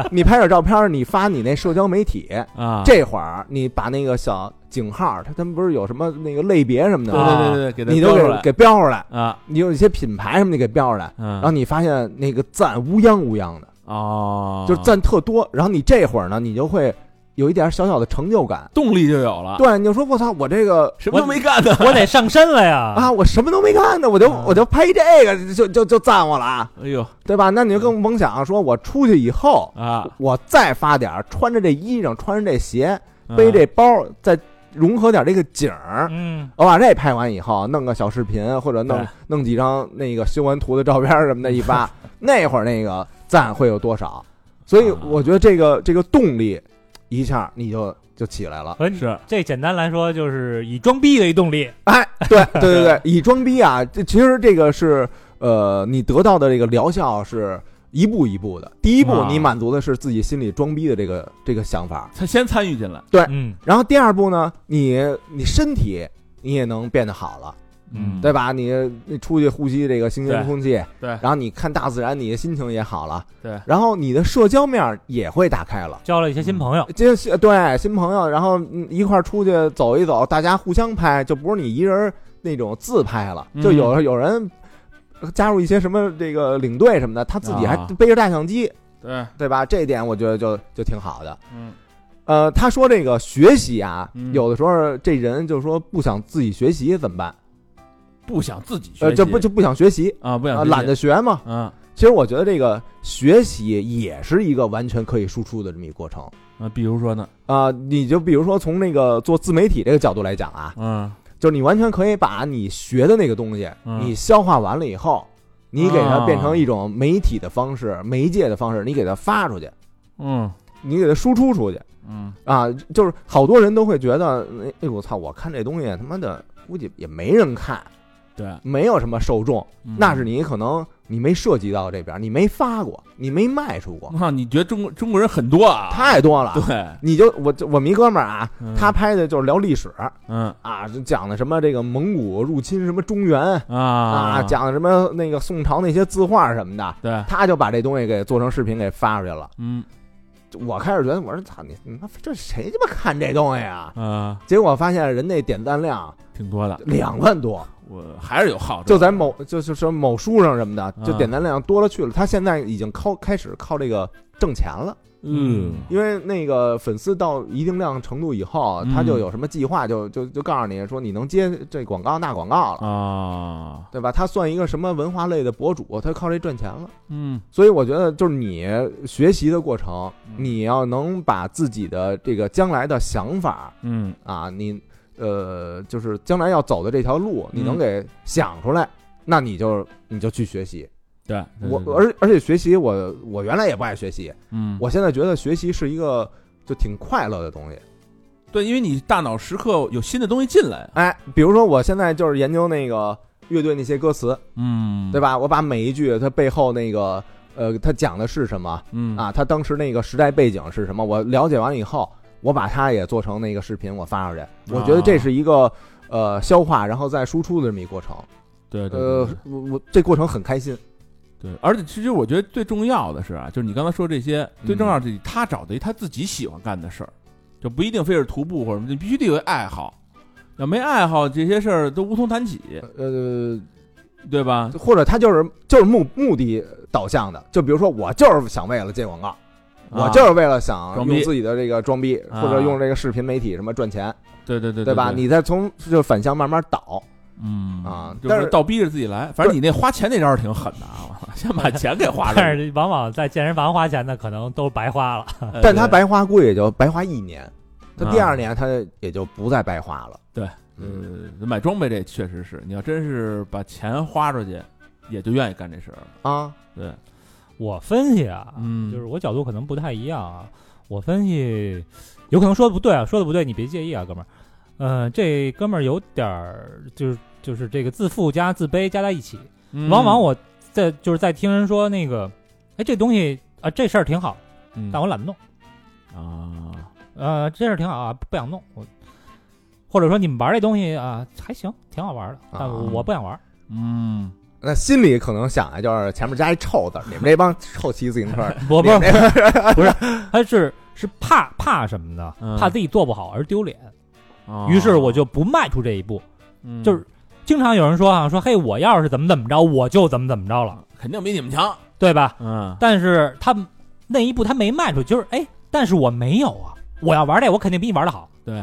你拍点照片儿，你发你那社交媒体。啊，这会儿你把那个小井号，它他们不是有什么那个类别什么的对吗，对对对，给它你都标出来给给标出来，啊，你有一些品牌什么的给标出来，嗯，然后你发现那个赞乌泱乌泱的，哦，就是赞特多，然后你这会儿呢，你就会有一点小小的成就感，动力就有了，对，你就说我操，我这个。什么都没干呢， 我得上身了呀！啊，我什么都没干呢，我就啊我就拍这个，就就就赞我了啊，哎呦对吧？那你就更甭想说，我出去以后，啊，我再发点儿穿着这衣裳，穿着这鞋，嗯背这包，再融合点这个景儿。嗯，我把这拍完以后，弄个小视频或者弄对弄几张那个修完图的照片什么的，一发，那会儿那个赞会有多少？所以啊我觉得这个这个动力一下你就就起来了。和你是这简单来说就是以装逼为动力。哎，对对对对，以装逼啊，这其实这个是呃，你得到的这个疗效是一步一步的。第一步，啊你满足的是自己心里装逼的这个这个想法，他先参与进来，嗯然后第二步呢，你你身体你也能变得好了，嗯对吧？你你出去呼吸这个新鲜对空气，对然后你看大自然，你的心情也好了，对然后你的社交面儿也会打开了。交了一些新朋友，这些对新朋友，然后嗯一块儿出去走一走，大家互相拍，就不是你一人儿那种自拍了，嗯就有有人加入一些什么这个领队什么的，他自己还啊背着大相机，对，对吧？这一点我觉得就就挺好的。嗯呃，他说这个学习啊，嗯有的时候这人就说不想自己学习怎么办？不想自己学呃，习，就不就不想学习啊不啊、想懒得得学嘛。嗯其实我觉得这个学习也是一个完全可以输出的这么一过程啊，比如说呢，啊、你就比如说从那个做自媒体这个角度来讲啊，嗯就是你完全可以把你学的那个东西，嗯你消化完了以后，你给它啊变成一种媒体的方式、媒介的方式，你给它发出去，嗯你给它输出出去。嗯啊，就是好多人都会觉得，哎哎呦我操，我看这东西他妈的估计也没人看，对，没有什么受众，嗯那是你可能你没涉及到这边，你没发过，你没卖出过，啊，你觉得中国中国人很多啊？太多了。对，你就我我们一哥们儿啊，嗯嗯他拍的就是聊历史嗯啊，就讲的什么这个蒙古入侵什么中原啊啊，啊讲的什么那个宋朝那些字画什么的，对，他就把这东西给做成视频给发出去了。嗯我开始觉得我说操你你妈这谁鸡巴看这东西啊？啊，结果发现人那点赞量挺多的，两万多，我还是有好这就个在某就就说某书上什么的，就啊点赞量多了去了。他现在已经靠开始靠这个挣钱了。嗯因为那个粉丝到一定量程度以后，啊嗯他就有什么计划，就就就告诉你说你能接这广告那广告了，啊，对吧？他算一个什么文化类的博主，他靠这赚钱了。嗯所以我觉得，就是你学习的过程，嗯你要能把自己的这个将来的想法嗯啊，你呃，就是将来要走的这条路，嗯你能给想出来，那你就你就去学习。对，对我对对而而且学习，我我原来也不爱学习，嗯我现在觉得学习是一个就挺快乐的东西。对，因为你大脑时刻有新的东西进来，啊哎，比如说我现在就是研究那个乐队那些歌词，嗯，对吧？吧？我把每一句它背后那个呃，它讲的是什么嗯啊？它当时那个时代背景是什么？我了解完以后，我把它也做成那个视频，我发出去。我觉得这是一个呃消化，然后再输出的这么一过程。对对呃对，我我这过程很开心。对，而且其实我觉得最重要的是啊，就是你刚才说这些，最重要嗯的是他找的一他自己喜欢干的事儿，就不一定非是徒步或者什么，你必须得有爱好。要没爱好，这些事儿都无从谈起，呃，对吧？或者他就是就是目目的导向的，就比如说我就是想为了接广告。我就是为了想啊装逼用自己的这个装逼，啊或者用这个视频媒体什么赚钱，对对对对吧？你再从就反向慢慢倒嗯啊就但是是倒逼着自己来。反正你那花钱那招儿挺狠的啊，我操 先把钱给花但了。是往往在健身房花钱的可能都白花了。呃但他对白花估计也就白花一年，他啊第二年他也就不再白花了。对，嗯，呃买装备这确实是，你要真是把钱花出去，也就愿意干这事儿了。啊，对，我分析啊，嗯就是我角度可能不太一样啊。我分析，有可能说的不对啊，说的不对，你别介意啊，哥们儿。呃，这哥们儿有点儿，就是就是这个自负加自卑加在一起。嗯往往我在就是在听人说那个，哎，这东西啊，这事儿挺好，嗯但我懒得弄。啊，呃，这事儿挺好啊，不想弄。我或者说你们玩这东西啊，还行，挺好玩的，但啊我不想玩。嗯，那心里可能想的就是前面加一臭字儿，你们这帮臭骑自行车的，我不你们这他是是怕怕什么呢嗯？怕自己做不好而丢脸。哦啊于是我就不迈出这一步。嗯就是经常有人说啊，说嘿，我要是怎么怎么着，我就怎么怎么着了，肯定比你们强。对吧？嗯但是他那一步他没迈出，就是哎，但是我没有啊，我要玩这，我肯定比你玩的好，对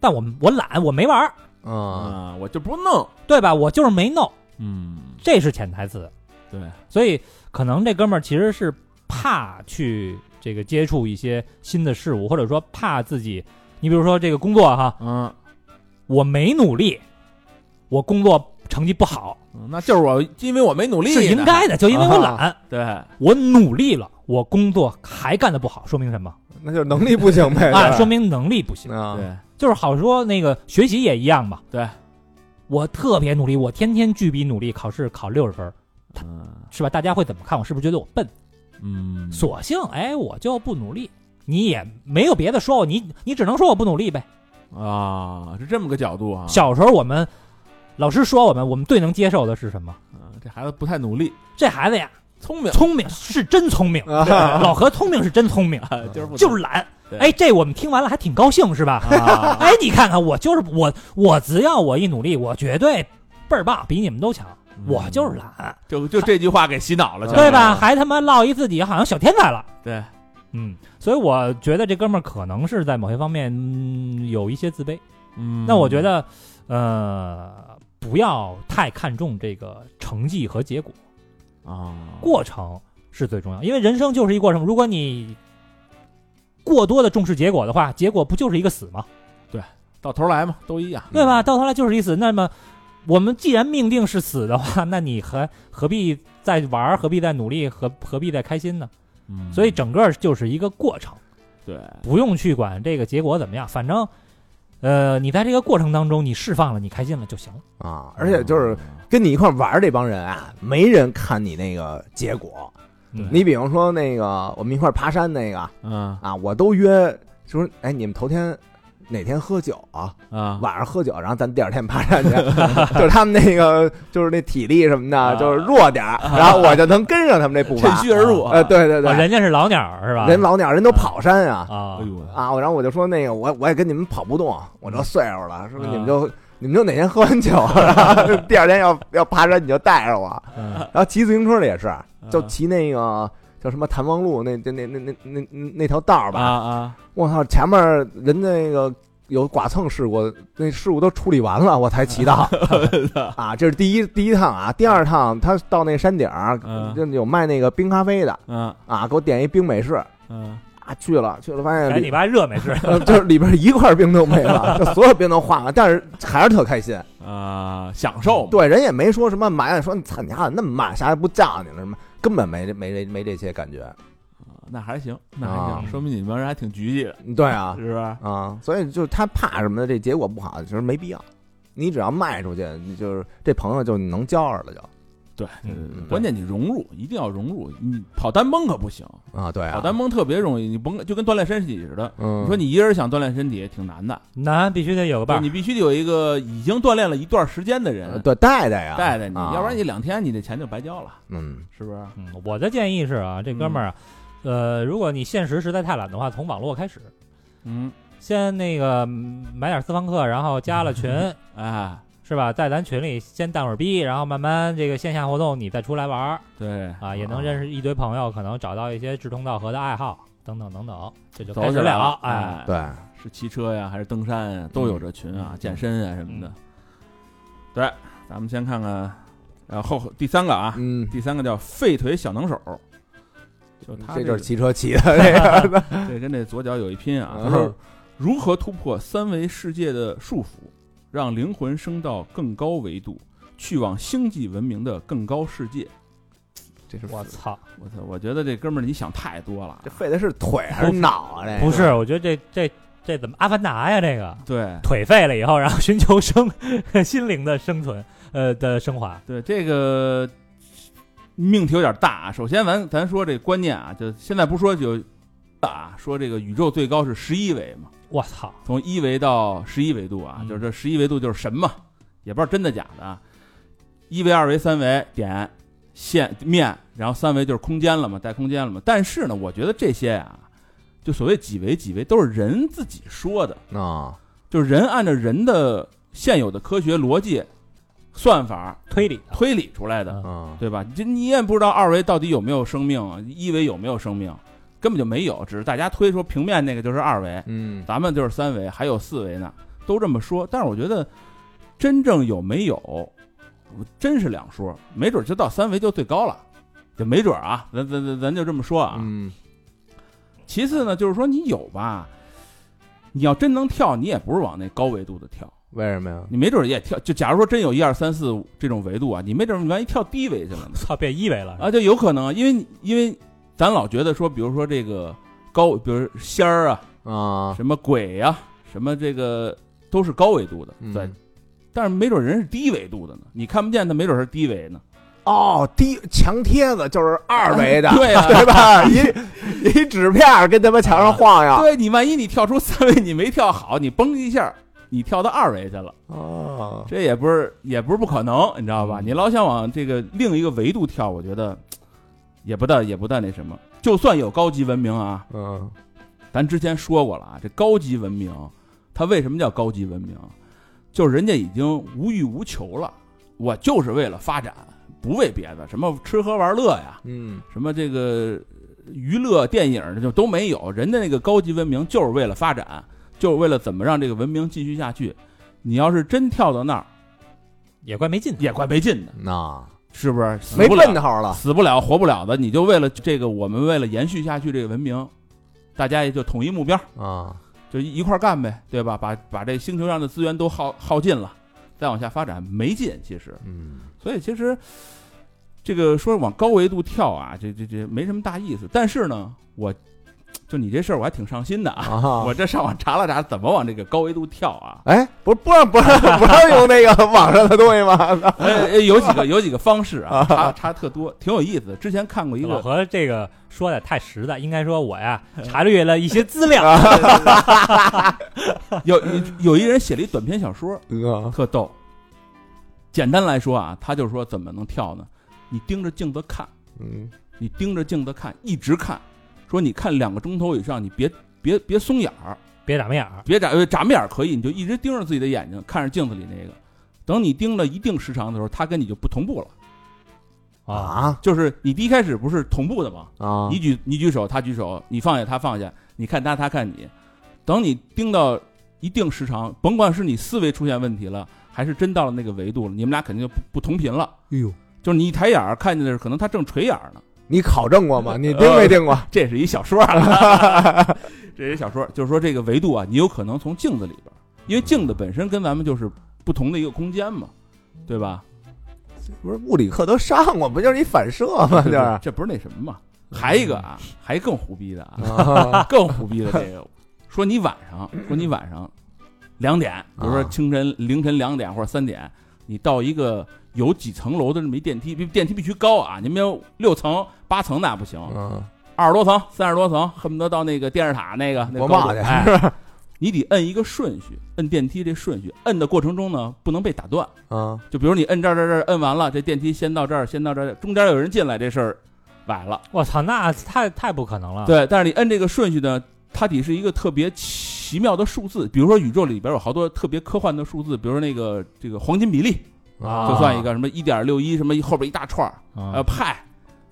但我我懒，我没玩，嗯，啊，我就不弄。对吧？我就是没弄，嗯，这是潜台词。对，所以可能这哥们儿其实是怕去这个接触一些新的事物，或者说怕自己，你比如说这个工作哈，嗯，我没努力，我工作成绩不好嗯那就是我，因为我没努力，啊是应该。的，就因为我懒。对，我努力了，我工作还干得不好，说明什么那就是能力不行呗，啊？对说明能力不行。啊，对，就是好说那个学习也一样吧。对，我特别努力，我天天巨比努力，考试考六十分，嗯是吧？大家会怎么看我？是不是觉得我笨？嗯，索性哎，我就不努力。你也没有别的说我，你你只能说我不努力呗。啊，是这么个角度啊。小时候我们老师说我们，我们最能接受的是什么？嗯这孩子不太努力，这孩子呀，聪明，聪明是真聪明，啊老何聪明是真聪明， 就是不就是懒。对哎，这我们听完了还挺高兴是吧？啊， 哎，你看看我就是我，我只要我一努力，我绝对倍儿棒，比你们都强。嗯我就是懒，就就这句话给洗脑了，对吧？小孩还他妈落一自己好像小天才了。啊对，嗯，所以我觉得这哥们儿可能是在某些方面、嗯有一些自卑。嗯，那我觉得，呃，不要太看重这个成绩和结果，啊，过程是最重要，因为人生就是一过程。如果你过多的重视结果的话，结果不就是一个死吗？嗯到头来嘛，都一样，对吧？到头来就是一死。那么，我们既然命定是死的话，那你还何必再玩儿？何必再努力？何何必再开心呢？嗯所以整个就是一个过程，对，不用去管这个结果怎么样，反正，呃，你在这个过程当中，你释放了，你开心了就行了。啊，而且就是。跟你一块玩儿这帮人啊，没人看你那个结果。对你比方说那个我们一块儿爬山那个嗯啊，我都约说，哎，你们头天哪天喝酒啊？啊，晚上喝酒，然后咱第二天爬山 去。就是他们那个就是那体力什么的，就是弱点儿，然后我就能跟上他们这步伐。啊趁虚而入，呃，对对对，啊，人家是老鸟儿是吧？人老鸟人都跑山啊啊哎，呦，啊！然后我就说那个我我也跟你们跑不动，我这岁数嗯了，是不是你们就你们就哪天喝完酒， 然后第二天要要爬山你就带着我。嗯然后骑自行车的也是，就啊骑那个叫什么谭王路那那那那那那那那条道儿啊吧，啊，我操，前面人那个有剐蹭事故，那事故都处理完了，我才骑到啊，这是第一第一趟啊，第二趟他到那山顶儿嗯就有卖那个冰咖啡的嗯啊，给我点一冰美式。嗯，啊，去了去了，发现赶里你妈热美 式，呃就是里边一块冰都没了，就所有冰都化了，但是还是特开心。啊，享受嘛，对，人也没说什么埋怨，说你操你丫那么慢，啥也不叫你了什么，根本没这没这没这些感觉。那还行，那还啊行，说明你们人还挺局气的，对啊是不是？啊，所以就是他怕什么的，这结果不好，其实没必要。你只要迈出去，你就是这朋友就能交着了就对，嗯对关键你融入，一定要融入，你跑单蹦可不行，啊，对跑啊，单蹦特别容易，你甭就跟锻炼身体似的。嗯，你说你一人想锻炼身体也挺难的，男必须得有个伴儿就你。必须得有一个已经锻炼了一段时间的呃人对带带呀，带带你，啊要不然你两天你这钱就白交了，嗯是不是？嗯，我的建议是啊，这哥们儿啊，呃，如果你现实实在太懒的话，从网络开始，嗯，先那个嗯买点私房课，然后加了 群，哎，是吧？在咱群里先蛋会儿逼，然后慢慢这个线下活动你再出来玩儿对，啊，也能认识一堆朋友，可能找到一些志同道合的爱好等等等等，这就走开起始来了，哎，哎，对，是骑车呀，还是登山呀，都有这群啊，健身啊什么的。对，咱们先看看，呃，后第三个啊，嗯，第三个叫废腿小能手，就他这个就是骑车骑的 这个，这跟这左脚有一拼啊。嗯他说如何突破三维世界的束缚，让灵魂升到更高维度，去往星际文明的更高世界？这是我操！我操！我觉得这哥们儿你想太多了这。费的是腿还是脑哎啊？这个不是，我觉得这这这怎么阿凡达呀？这个对腿废了以后，然后寻求生 心灵的生存，呃的升华。对，这个命题有点大啊。首先咱咱说这观念啊，就现在不说就啊，说这个宇宙最高是十一维嘛，我操！从一维到十一维度啊，嗯就是这十一维度就是神嘛，也不知道真的假的啊。一维、二维、三维点线面，然后三维就是空间了嘛，带空间了嘛。但是呢，我觉得这些啊，就所谓几维几维都是人自己说的，啊，就是人按照人的现有的科学逻辑、算法推理的，推理出来的，嗯嗯对吧？这你也不知道二维到底有没有生命，啊，一维有没有生命，根本就没有，只是大家推说平面那个就是二维，嗯咱们就是三维，还有四维呢，都这么说。但是我觉得，真正有没有，真是两说，没准就到三维就最高了，就没准啊，咱咱咱咱就这么说啊。嗯其次呢，就是说你有吧，你要真能跳，你也不是往那高维度的跳，为什么呀？你没准也跳。就假如说真有一二三四五这种维度啊，你没准万一跳低维去了呢 操，变一维了啊，就有可能，因为你因为咱老觉得说，比如说这个高，比如仙儿啊，啊，什么鬼呀、什么这个都是高维度的，嗯对。但是没准人是低维度的呢，你看不见他，没准是低维呢。，哦，第墙贴子就是二维的对啊呀、 对吧？一一纸片儿跟他妈墙上晃悠。对你万一你跳出三维，你没跳好，你嘣一下，你跳到二维去了，哦，这也不是也不是不可能，你知道吧？嗯你老想往这个另一个维度跳，我觉得也不大也不大那什么。就算有高级文明啊，嗯咱之前说过了啊，这高级文明，它为什么叫高级文明？就是人家已经无欲无求了，我就是为了发展，不为别的，什么吃喝玩乐呀，嗯什么这个娱乐、电影这就都没有。人家那个高级文明就是为了发展，就是为了怎么让这个文明继续下去。你要是真跳到那儿，也怪没劲的。也怪没劲的，那是不是？死没不了奔头了。死不了、活不了的，你就为了这个，我们为了延续下去这个文明，大家也就统一目标。啊，就一块儿干呗，对吧？把把这星球上的资源都耗耗尽了，再往下发展没劲。其实，嗯所以其实这个说往高维度跳啊，这这这没什么大意思。但是呢，我就你这事儿我还挺上心的啊。啊我，这上网查了查，怎么往这个高维度跳 啊？哎，不是不让不让不让用那 个网上的东西吗？ 呃，呃有几个有几个方式啊，差差特多，挺有意思的。之嗯前看过一老个，何这个说的太实在，应该说我呀查阅了一些资料，啊有有一人写了一短篇小说，嗯特逗。简单来说啊，他就说怎么能跳呢？你盯着镜子看，嗯你盯着镜子看，一直看，说你看两个钟头以上，你别别别松眼儿，别眨巴眼儿。别眨呃眨巴眼儿可以，你就一直盯着自己的眼睛，看着镜子里那个。等你盯了一定时长的时候，它跟你就不同步了。啊就是你第一开始不是同步的吗？啊你举你举手，他举手，你放下他放下，你看他他看你。等你盯到一定时长，甭管是你思维出现问题了，还是真到了那个维度了，你们俩肯定就不不同频了。哎呦，就是你一抬眼儿看见的是，可能他正垂眼儿呢。你考证过吗？你盯没盯过？这是一小说啊，这是一小说，就是说这个维度啊，你有可能从镜子里边儿，因为镜子本身跟咱们就是不同的一个空间嘛，对吧？ 不是物理课都上过，不就是一反射 吗？就是啊嗯这不是那什么嘛？还一个啊，还更胡逼的啊，啊更胡逼的这个，说你晚上，说你晚上两点，啊比如说清晨、凌晨两点或者三点，你到一个有几层楼的这么一电梯，必电梯必须高啊，你们有六层、八层那不行，嗯啊二十多层、三十多层，恨不得到那个电视塔那个那国高度贸去哎，你得摁一个顺序，摁电梯这顺序，摁的过程中呢不能被打断，啊就比如你摁这儿这儿这儿摁完了，这电梯先到这儿，先到这儿，中间有人进来这事儿崴了。我操，那太太不可能了。对，但是你摁这个顺序呢，它得是一个特别奇妙的数字，比如说宇宙里边有好多特别科幻的数字，比如说那个这个黄金比例，啊就算一个什么一点六一什么后边一大串儿，呃啊，派，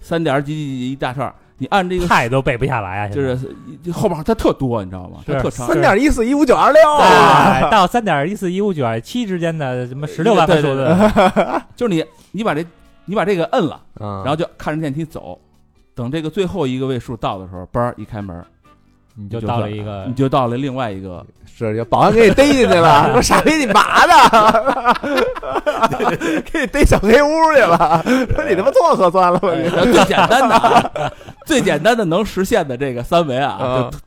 三点几几几一大串儿，你按这个太都背不下来啊，现就在是就后边它特多，你知道吗？它是特长。三点一四一五九二六哦啊，对哎到三点一四一五九二七之间的什么十六万对分对数对的， 就是你你把这你把这个摁了，然然后就看着电梯走，等这个最后一个位数到的时候，嘣儿一开门，你就就到算了一个你就到了另外一个是就保安给你逮进去 了，说傻逼你嘛呢？ 给你逮小黑屋去了，说你他妈做核酸了吧你？呃最简单的、 啊，最简单的能实现的这个三维哎啊，就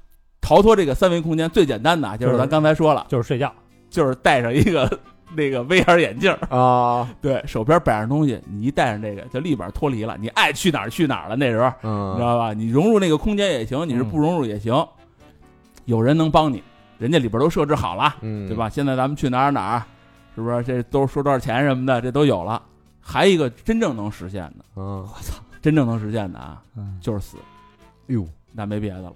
逃脱这个三维空间最简单的啊，就是咱刚才说了，就是睡觉。就是戴上一个那个 VR 眼镜儿，啊，对手边摆上东西，你一戴上这个就立马脱离了，你爱去哪儿去哪儿了。那时候你知嗯，道吧？你融入那个空间也行，你是不融入也行，有人能帮你，人家里边都设置好了，嗯，对？吧？现在咱们去哪儿哪儿，是不是？这都说多少钱什么的，这都有了。还一个真正能实现的，嗯，真正能实现的啊，嗯，就是死。哟，那没别的了。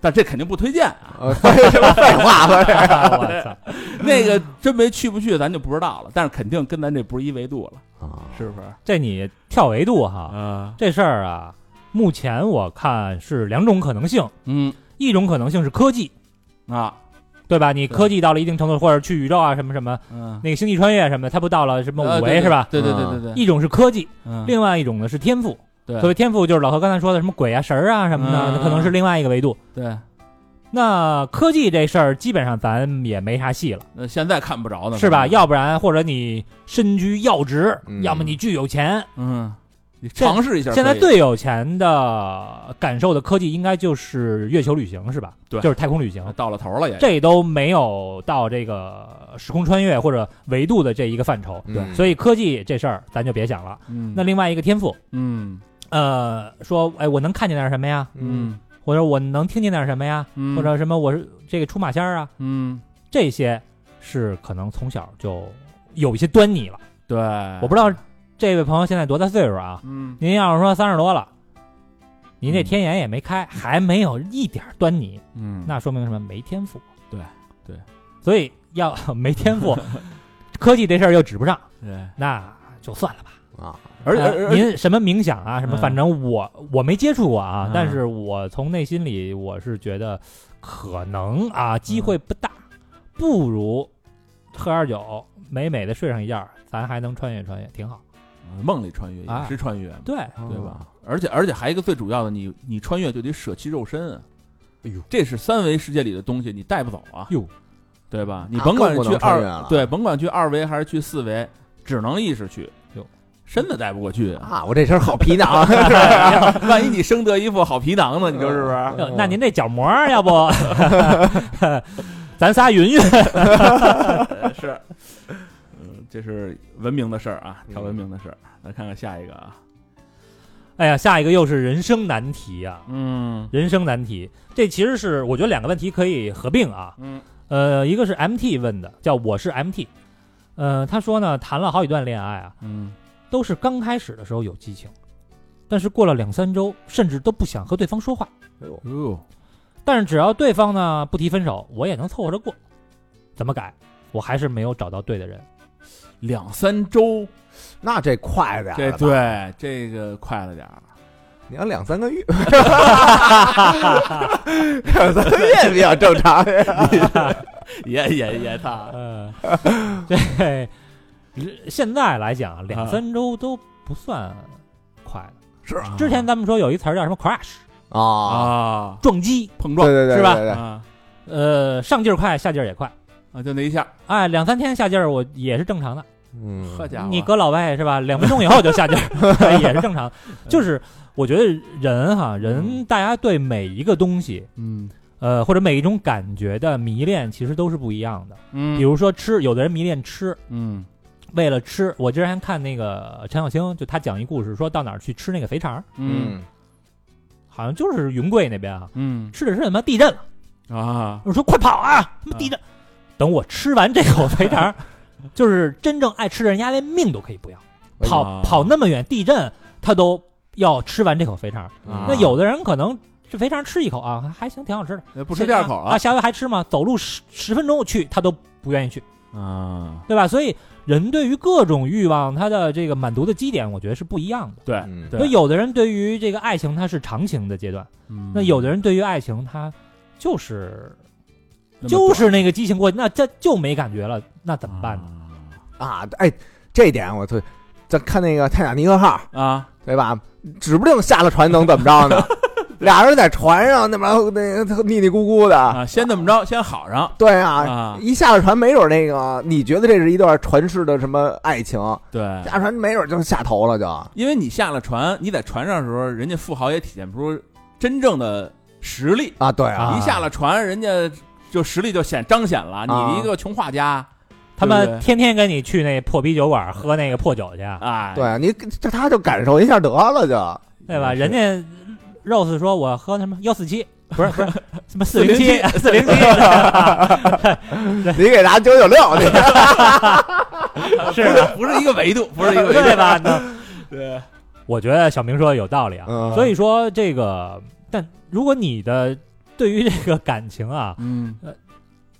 但这肯定不推荐 啊，呃废什么废话吧？这 我操，那个真没去不去，咱就不知道了。但是肯定跟咱这不是一维度了，啊是不是？这你跳维度哈，啊，这事儿啊，目前我看是两种可能性，嗯一种可能性是科技，啊，对吧？你对科技到了一定程度，或者去宇宙啊什么什么，嗯，那个星际穿越什么的，它不到了什么呃五对维对是吧？对对对对对，一种是科技，嗯另外一种呢是天赋。对所谓天赋，就是老何刚才说的什么鬼啊、神儿啊什么的，嗯那可能是另外一个维度。对，那科技这事儿，基本上咱也没啥戏了，那现在看不着呢，是吧？嗯要不然或者你身居要职，嗯要么你巨有钱。嗯，你尝试一下可以。现在最有钱的感受的科技，应该就是月球旅行，是吧？对就是太空旅行。到了头了也，这都没有到这个时空穿越或者维度的这一个范畴，对所以科技这事儿咱就别想了。嗯那另外一个天赋，嗯呃，说哎，我能看见点什么呀？嗯嗯或者我能听见点什么呀？嗯，或者什么我是这个出马仙儿啊，嗯，这些是可能从小就有一些端倪了。对，我不知道这位朋友现在多大岁数啊？嗯您要是说三十多了，您这天眼也没开，还没有一点端倪，嗯，那说明什么？没天赋。对对，所以要 没天 赋，科技这事儿又指不上，对，那就算了吧。啊，而且呃而而您什么冥想啊，什么，嗯反正我我没接触过啊，嗯但是我从内心里我是觉得可能啊机嗯会不大，不如喝点酒，美美的睡上一觉，咱还能穿越穿越，挺好。梦里穿越啊哦也是穿越嘛，对，对吧？而且而且还一个最主要的，你你穿越就得舍弃肉身啊。哎呦，这是三维世界里的东西，你带不走啊。哟，对吧？你那甭管啊更是不去能穿越二了，对，甭管去二维还是去四维，只能意识去哟。身子带不过去 啊，我这身好皮囊，哎 万一你生得一副好皮囊呢，你说是不是？ 哟那您那角膜儿要不， 咱仨匀匀。 是，嗯，这是文明的事儿啊，挑嗯文明的事儿。来看看下一个啊，哎呀，下一个又是人生难题呀、嗯人生难题。这其实是我觉得两个问题可以合并啊。嗯，呃，一个是 MT 问的，叫我是 MT。呃，他说呢，谈了好几段恋爱啊，嗯都是刚开始的时候有激情，但是过了两三周，甚至都不想和对方说话。哟，但是只要对方呢不提分手，我也能凑合着过。怎么改？我还是没有找到对的人。两三周，那这快点儿这了吧，对这个快了点 儿，你要两三个月，两三个月比较正常。也也也他，呃，啊 对，现在来讲，两三周都不算快的。是啊之前咱们说有一词儿叫什么 crash，啊，啊，撞击，碰对撞对对，是吧对对对啊呃，上劲儿快，下劲儿也快。啊，就那一下，哎，两三天下劲儿我也是正常的，嗯好，家伙，你搁老外是吧？两分钟以后就下劲 儿也是正常的。就是我觉得人哈，人大家对每一个东西，嗯呃，或者每一种感觉的迷恋，其实都是不一样的。嗯，比如说吃，有的人迷恋吃，嗯为了吃，我之前看那个呃陈小青，就他讲一故事，说到哪儿去吃那个肥肠儿，嗯好像就是云贵那边啊，嗯吃着吃着他妈地震了，啊，我说快跑啊，他妈地震！等我吃完这口肥肠儿， 就是真正爱吃的人，家连命都可以不要，哎呀跑跑那么远，地震他都要吃完这口肥肠儿。啊那有的人可能这肥肠吃一口啊，还行，挺好吃的，那不吃第二口啊，了下回还吃吗？走路十十分钟去，他都不愿意去。啊，对吧？所以人对于各种欲望，他的这个满足的基点，我觉得是不一样的。对嗯对所以有的人对于这个爱情，他是长情的阶段；那那有的人对于爱情，他就是就是那个激情过去，那这就没感觉了，那怎么办呢？呢？啊，哎，这点我特，咱看那个泰坦尼克号，啊，对吧？指不定下了船能怎么着呢？俩人在船上那边那个腻腻咕咕的，啊，先这么着，先好上对啊，啊，一下了船没准那个，你觉得这是一段传世的什么爱情？对，下船没准就下头了，就因为你下了船，你在船上的时候，人家富豪也体现不出真正的实力。啊，对啊啊一下了船，人家就实力就显彰显了。啊你一个穷画家，他对不们对天天跟你去那破啤酒馆喝那个破酒去，哎，对啊，你这他就感受一下得了，就对吧？是人家 Rose 说我喝什么幺四七。不是不是，什么四零七407四零七你给拿九九六，你是啊不是一个维 度，不是一个维度，对吧？那对，我觉得小明说的有道理啊。嗯所以说这个，但如果你的对于这个感情啊，嗯，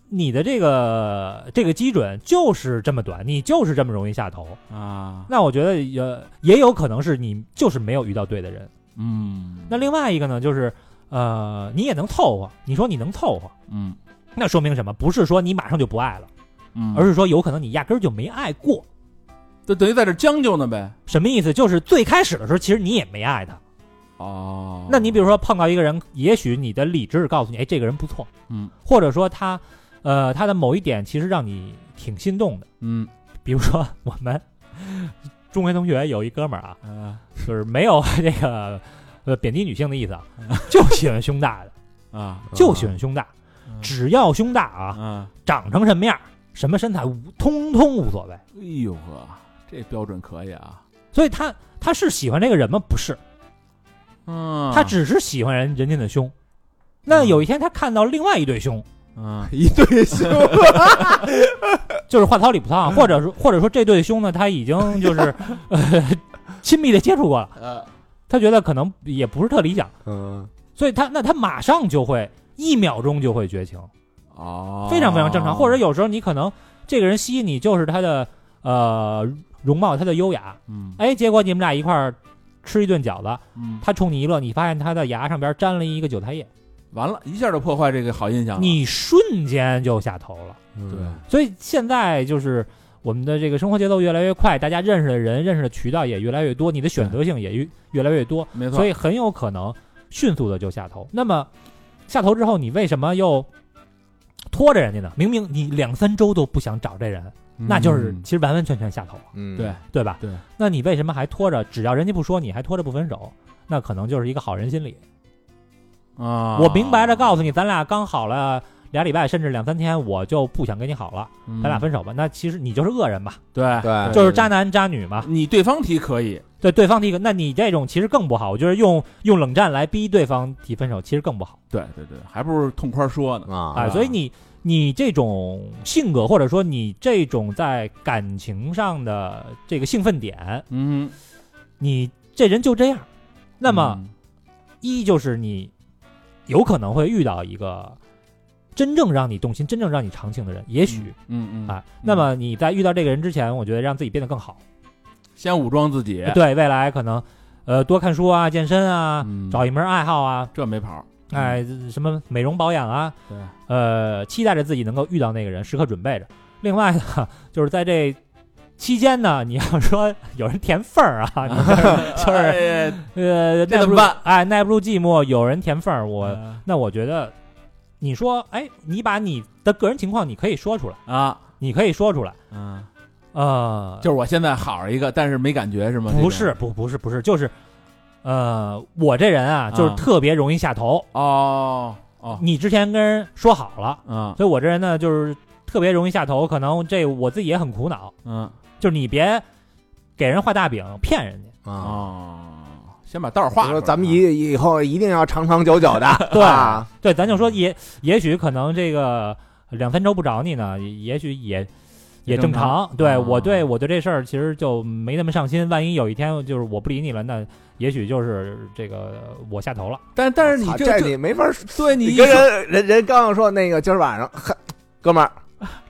你的这个这个基准就是这么短，你就是这么容易下头，啊，那我觉得也也有可能是你就是没有遇到对的人。嗯，那另外一个呢，就是呃，你也能凑合，你说你能凑合，嗯那说明什么？不是说你马上就不爱了，嗯，而是说有可能你压根儿就没爱过。就等于在这将就呢呗。什么意思？就是最开始的时候，其实你也没爱他。哦，那你比如说碰到一个人，也许你的理智告诉你，哎，这个人不错，嗯，或者说他，呃，他的某一点其实让你挺心动的，嗯比如说我们中学同学有一哥们儿啊，啊就是没有 这个呃贬低女性的意思啊，就喜欢胸大的，啊，就喜欢胸大，只要胸大啊，啊，长成什么样儿，什么身材，无通通无所谓。哎呦呵，这标准可以啊。所以他他是喜欢这个人吗？不是，嗯，他只是喜欢人人家的胸。那有一天他看到另外一对胸，嗯一对胸，就是话糙理不糙啊，嗯或者说或者说这对兄呢，他已 经就是呃亲密的接触过了，呃他觉得可能也不是特理想，嗯，所以他那他马上就会一秒钟就会绝情，哦，非常非常正常。或者有时候你可能这个人吸引你就是他的呃容貌，他的优雅，嗯哎，结果你们俩一块儿吃一顿饺子，嗯，他冲你一乐，你发现他的牙上边沾了一个韭菜叶，完了一下就破坏这个好印象了。你瞬间就下头了。对，所以现在就是我们的这个生活节奏越来越快，大家认识的人、认识的渠道也越来越多，你的选择性也越越来越多，没错，所以以很有可能迅速的就下头。那么下头之后，你为什么又拖着人家呢？明明你两三周都不想找这人，那就是嗯其实完完全全下头了，嗯，嗯对对吧？对。那你为什么还拖着？只要人家不说，你还拖着不分手，那可能就是一个好人心理。啊，我明白的告诉你，咱俩刚好了俩礼拜，甚至两三天，我就不想跟你好了，嗯，咱俩分手吧。那其实你就是恶人嘛，对对就是渣男渣女嘛。你对方提可以，对，对方提个，那你这种其实更不好。我觉得用用冷战来逼对方提分手，其实更不好。对对对，还不如痛快说呢。啊，哎，所以你你这种性格，或者说你这种在感情上的这个兴奋点，嗯，你这人就这样。那么嗯一就是你有可能会遇到一个真正让你动心、真正让你长情的人，也许嗯嗯啊。那么你在遇到这个人之前，我觉得让自己变得更好，先武装自己，对未来可能呃多看书啊、健身啊、嗯找一门爱好啊，这没跑，哎，什么美容保养啊，对，呃，期待着自己能够遇到那个人，时刻准备着。另外呢，就是在这期间呢，你要说有人填缝儿 啊，你 就是就是哎呃，这怎耐么不住办哎，耐不住寂寞，有人填缝儿， 我呃那我觉得，你说，哎，你把你的个人情况你可以说出来，啊，你可以说出来，嗯，呃，就是我现在好一个，但是没感觉是吗？这不是种不不是不是，就是，呃，我这人啊，就是啊特别容易下头。哦哦，你之前跟人说好了。嗯所以我这人呢，就是特别容易下头，可能这我自己也很苦恼。嗯就是你别给人画大饼骗人家，啊，哦，先把道儿啊画我出说来。啊咱们以以后一定要长长久久的，对啊对，咱就说嗯也也许可能这个两三周不找你呢，也也许也也正常。对、啊我对我对这事儿其实就没那么上心，万一有一天就是我不理你了，那也许就是这个我下头了。但但是你操这这你没法说，对你你一跟说人人人刚要说那个今儿晚上，呵哥们儿。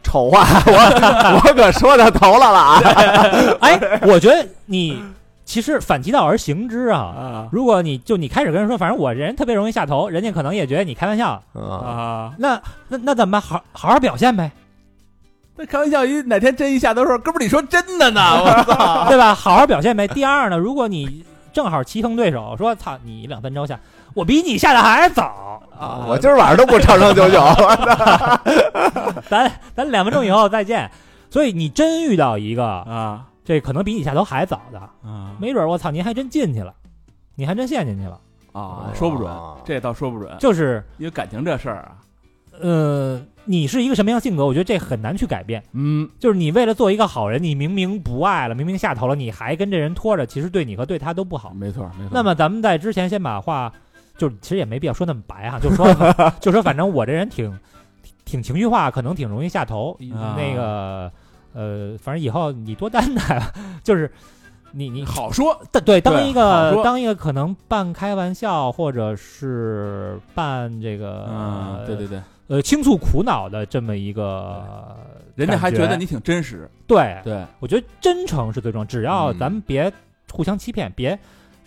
丑话，我我可说到头了了啊！哎，我觉得你其实反其道而行之啊。啊如果你就你开始跟人说，反正我这人特别容易下头，人家可能也觉得你开玩笑，啊，啊，那那那怎么办？好好好表现呗，那开玩笑，一哪天真一下都说，哥们儿你说真 的呢，我操，对吧？好好表现呗。第二呢，如果你正好棋逢对手，说操你两分钟下，我比你下的还早，啊 我今儿晚上都不长长久久，咱咱两分钟以后再见。所以你真遇到一个啊这可能比你下头还早的，啊没准儿我操您还真进去了，你还真陷进去了。啊，说不准啊，这倒说不准，就是因为感情这事儿啊，呃，你是一个什么样性格，我觉得这很难去改变。嗯，就是你为了做一个好人，你明明不爱了，明明下头了，你还跟这人拖着，其实对你和对他都不好。嗯没错没错。那么咱们在之前先把话，就是 其实也没必要说那么白哈、就说就说反正我这人挺挺挺情绪化，可能挺容易下头。啊那个呃，反正以后你多担待吧，就是你你好说，但对当对一好个说当一个可能半开玩笑或者是半这个、嗯，对对对，呃倾诉苦恼的这么一个人家还感觉觉得你挺真实，对对，我觉得真诚是最重要，只要嗯咱们别互相欺骗，别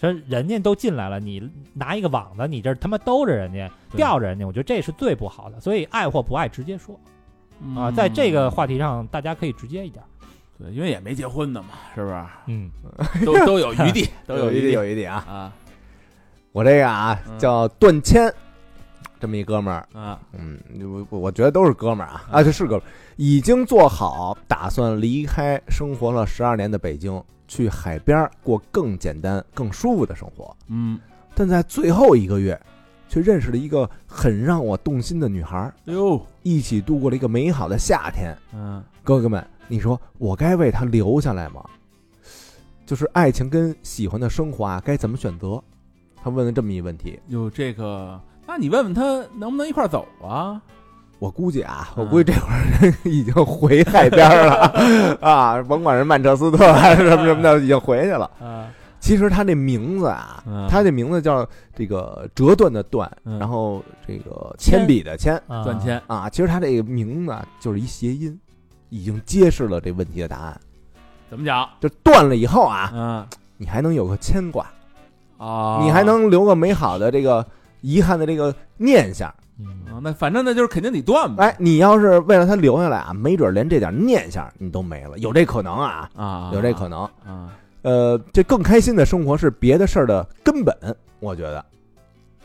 说人家都进来了，你拿一个网子，你这他妈兜着人家，对吊着人家，我觉得这是最不好的。所以爱或不爱，直接说啊，嗯在这个话题上，大家可以直接一点。对，因为也没结婚呢嘛，是不 是？嗯，都都有余地， 都有余一地有一地啊！啊我这个啊嗯叫段谦，这么一哥们儿，啊嗯，我我觉得都是哥们儿啊，啊，这是哥们儿，已经做好打算离开生活了十二年的北京，去海边儿过更简单、更舒服的生活。嗯，但在最后一个月，却认识了一个很让我动心的女孩儿，哎呦，一起度过了一个美好的夏天。嗯哥哥们，你说我该为她留下来吗？就是爱情跟喜欢的生活啊，该怎么选择？他问了这么一问题，有这个，那你问问他能不能一块儿走啊？我估计啊，嗯我估计这会儿人已经回海边 儿了啊，甭管是曼彻斯特还是什么什么的，已经回去嗯了。啊，其实他这名字啊嗯，他这名字叫这个折断的断，嗯然后这个铅笔的铅啊赚钱，啊，其实他这个名字啊就是一谐音，已经揭示了这问题的答案。怎么讲？就断了以后啊，嗯你还能有个牵挂，啊，你还能留个美好的这个遗憾的这个念想。啊嗯，那反正那就是肯定得断吧？哎，你要是为了他留下来啊，没准连这点念想你都没了，有这可能啊，啊，有这可能。啊，呃，这更开心的生活是别的事儿的根本，我觉得。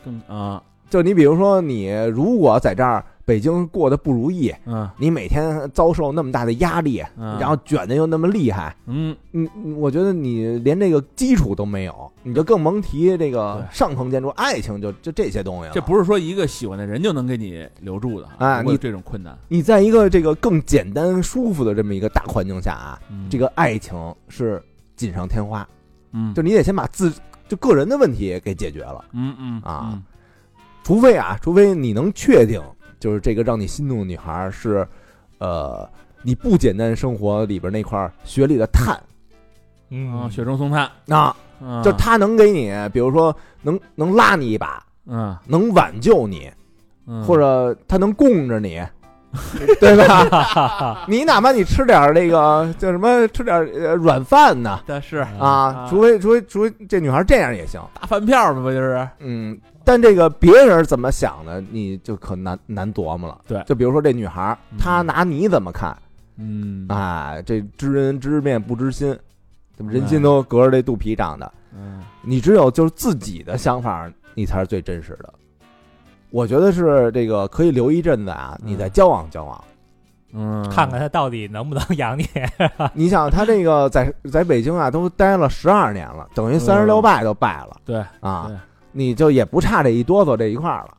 更啊就你比如说，你如果在这儿北京过得不如意，嗯你每天遭受那么大的压力，嗯然后卷的又那么厉害，嗯，嗯，我觉得你连这个基础都没有，你就更甭提这个对上层建筑、爱情就就这些东西了。这不是说一个喜欢的人就能给你留住的啊如果有你这种困难，你在一个这个更简单舒服的这么一个大环境下啊，嗯这个爱情是锦上添花，嗯就你得先把自就个人的问题给解决了，嗯嗯啊，嗯除非啊，除非你能确定，就是这个让你心动的女孩是，呃，你不简单生活里边那块雪里的碳啊，嗯，雪中送炭，啊，嗯就她能给你，比如说能能拉你一把，嗯能挽救你，嗯，或者她能供 着你。对吧？你哪怕你吃点儿那个叫什么，吃点儿呃软饭呢但是啊啊？除非除非除非这女孩这样也行，大饭票嘛，不就是？嗯，但这个别人怎么想的，你就可难难琢磨了。对就比如说这女孩儿，嗯她拿你怎么看？嗯啊，这知人知面不知心，怎么人心都隔着这肚皮长的？嗯你只有就是自己的想法，你才是最真实的。我觉得是这个可以留一阵子啊，嗯你再交往交 往。嗯，看看他到底能不能养你。你想她这个 在在北京啊，都待了十二年了，等于三十六拜都拜了。嗯对啊对，你就也不差这一哆嗦这一块儿了。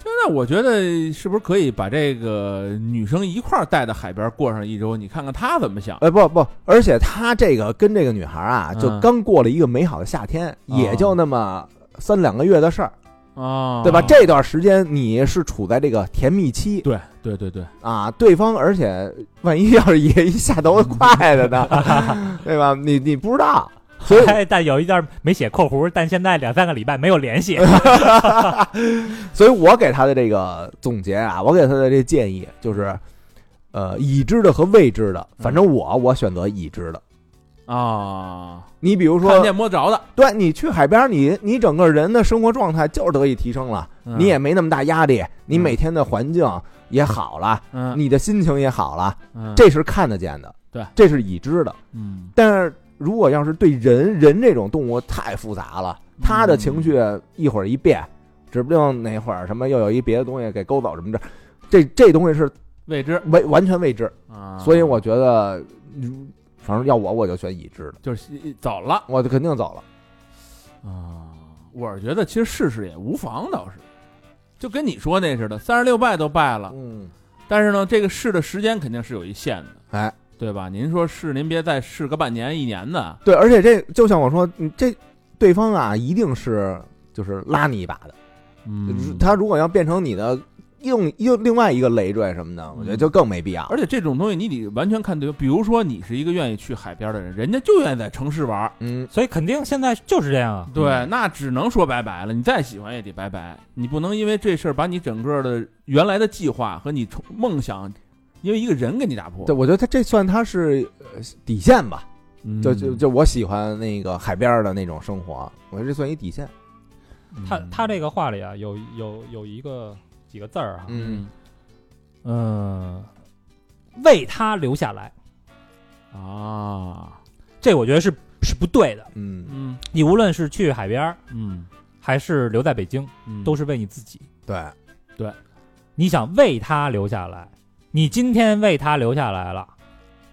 真的，我觉得是不是可以把这个女生一块儿带到海边过上一周？你看看她怎么想？哎，不不，而且他这个跟这个女孩啊，嗯就刚过了一个美好的夏天，也就那么三两个月的事儿，哦，呃对吧？这段时间你是处在这个甜蜜期对对对对，啊，对方而且万一要是也一下嗯头快的呢， 对吧？你你不知道，所哎以 但有一段没写括弧，但现在两三个礼拜没有联系。所以我给他的这个总结啊，我给他的这建议就是，呃，已知的和未知的，反嗯正我我选择已知的。啊，你比如看说，见摸着的，对你去海边儿，你你整个人的生活状态就是得以提升了。嗯你也没那么大压力，你嗯每天的环境也好了，嗯你的心情也好了，嗯这是看得见的，对，这是已知的。嗯但是如果要是对人，人这种动物太复杂了，嗯他的情绪一会儿一变，指不定哪会儿什么又有一别的东西给勾走什么的，这这东西是未知完完全未知，啊，所以我觉得，嗯反正要我我就选已知的，就是走了我就肯定走了。啊。我是觉得其实试试也无妨，倒是就跟你说那似的，三十六拜都拜了，嗯，但是呢，这个试的时间肯定是有一限的，哎，对吧？您说试，您别再试个半年一年的，对，而且这就像我说，你这对方啊，一定是就是拉你一把的。嗯，他如果要变成你的另又另外一个累赘什么的，我觉得就更没必要。而且这种东西你得完全看对，比如说你是一个愿意去海边的人，人家就愿意在城市玩儿，嗯，所以肯定现在就是这样啊。对，那只能说拜拜了。你再喜欢也得拜拜，你不能因为这事儿把你整个的原来的计划和你从梦想，因为一个人给你打破。对，我觉得他这算他是呃底线吧。嗯就就就我喜欢那个海边儿的那种生活，我觉得这算一底线。嗯他他这个话里啊，有有有一个几个字儿啊，嗯，嗯，为他留下来，啊，这我觉得是是不对的。嗯，嗯你无论是去海边儿嗯还是留在北京，嗯，都是是为你自己。对，你想为他留下来，你今天为他留下来了，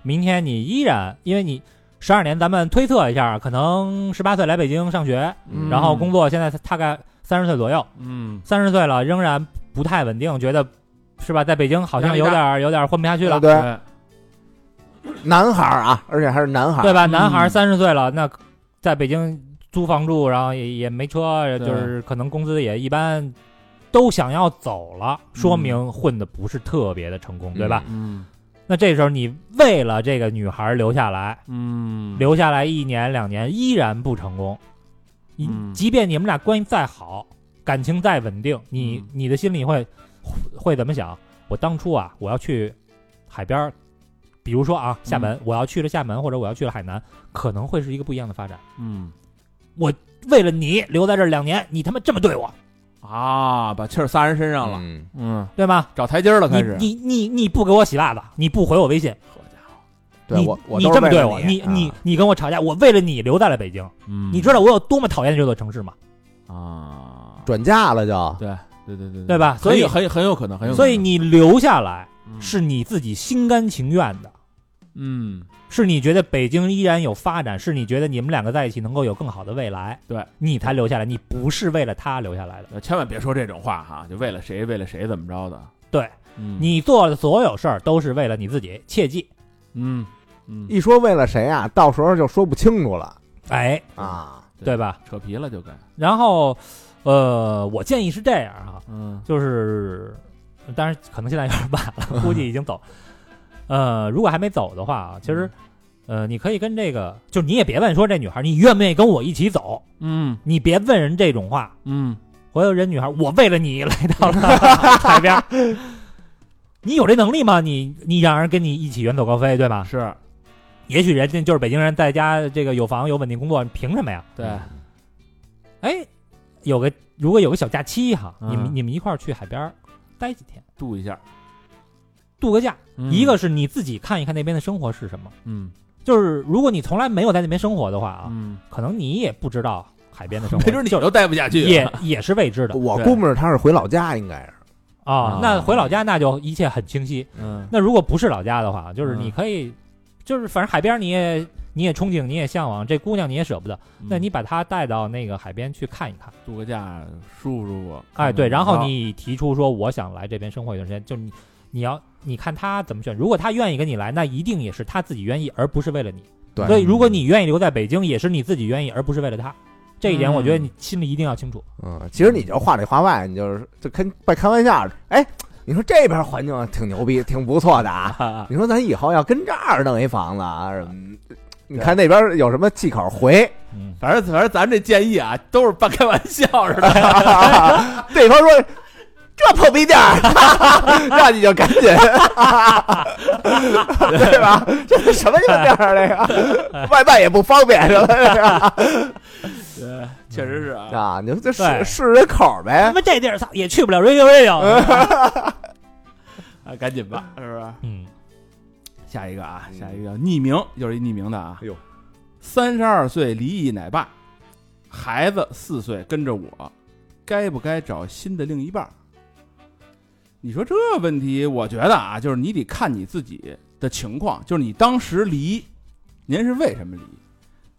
明天你依然，因为你十二年，咱们推测一下，可能十八岁来北京上学，嗯然后工作，现在大概三十岁左右，嗯三十岁了仍然不太稳定，觉得是吧，在北京好像有点儿有点儿混不下去了，对，对男孩儿啊，而且还是男孩儿，对吧？男孩嗯三十岁了，那在北京租房住，然后也也没车，对就是可能工资也一般，都想要走了，说嗯明混的不是特别的成功，对吧？嗯那这时候你为了这个女孩留下来，嗯留下来一年两年依然不成功，你、嗯即便你们俩关系再好，感情再稳定，你、嗯你的心里会会怎么想？我当初啊，我要去海边儿，比如说啊嗯厦门，我要去了厦门或者我要去了海南，可能会是一个不一样的发展。嗯为了你留在这儿两年，你他妈这么对我，啊，把气儿撒人身上了，嗯，嗯，对吧？找台阶儿了，你开始。你你你不给我洗袜子，你不回我微信，好家伙，对你我我你都这是么为对了我，你啊你你跟我吵架，我为了你留在了北京。嗯嗯你知道我有多么讨厌这座城市吗？啊，转嫁了就对对对对对？吧？所所以以很很有可能，很有可能。所以你留下来嗯是你自己心甘情愿的，嗯，是你觉得北京依然有发展，是你觉得你们两个在一起能够有更好的未来，对你才留下来，你不是为了他留下来的。呃千万别说这种话哈，就为了谁为了谁怎么着的。对嗯，你做的所有事儿都是为了你自己，切记。嗯嗯，一说为了谁啊，到时候就说不清楚了哎，啊。对吧？扯皮了就该。然后，呃，我建议是这样哈、嗯就是，当然可能现在有点晚 了，估计已经走。呃，如果还没走的话啊，其实，嗯呃，你可以跟这个，就你也别问说这女孩你愿不愿意跟我一起走，嗯你别问人这种话。嗯回头人女孩，我为了你来到了 海边儿，你有这能力吗？你你让人跟你一起远走高飞，对吧？是也许人家就是北京人，在家这个有房有稳定工作，凭什么呀？对，哎，有个如果有个小假期哈，嗯你们你们一块儿去海边儿待几天，度一下。度个假。嗯一个是你自己看一看那边的生活是什么，嗯就是如果你从来没有在那边生活的话啊，嗯，可能你也不知道海 边的生活，没准你就都待不下去。啊也也是未知 的我对估摸着他是回老家，应该是啊啊。那回老家那就一切很清晰。嗯那如果不是老家的话，就是你嗯可以，就是反正海边你也你也憧憬，你也向往，这姑娘你也舍不得，嗯那你把她带到那个海边去看一看。度个假舒服舒服。哎，对，嗯然后你提出说我想来这边生活一段时间，就你你要你看他怎么选，如果他愿意跟你来，那一定也是他自己愿意，而不是为了你。对所以如果你愿意留在北京，也是你自己愿意，而不是为了他。这一点，嗯我觉得你心里一定要清楚。嗯，其实你就话里话外，你就是就跟半开玩笑的。哎，你说这边环境挺牛逼，挺不错的啊。你说咱以后要跟这儿弄一房子啊什么？你看那边有什么忌口回？ 嗯， 反正反正咱这建议啊，都是半开玩笑似的。对方说这破逼地儿， 那你就赶紧，对吧？这是什么地儿啊？这个外卖也不方便，什么的 对，确实是啊。啊？你说这对试试人口呗哎他。妈这地儿操也去不了 radio 嗯 radio。啊，赶紧吧，是不是？ 嗯，下一个啊，嗯下一个匿名，又是一匿名的啊。哎呦，三十二岁离异奶爸，孩子四岁跟着我，该不该找新的另一半儿？你说这问题，我觉得啊，就是你得看你自己的情况，就是你当时离，您是为什么离？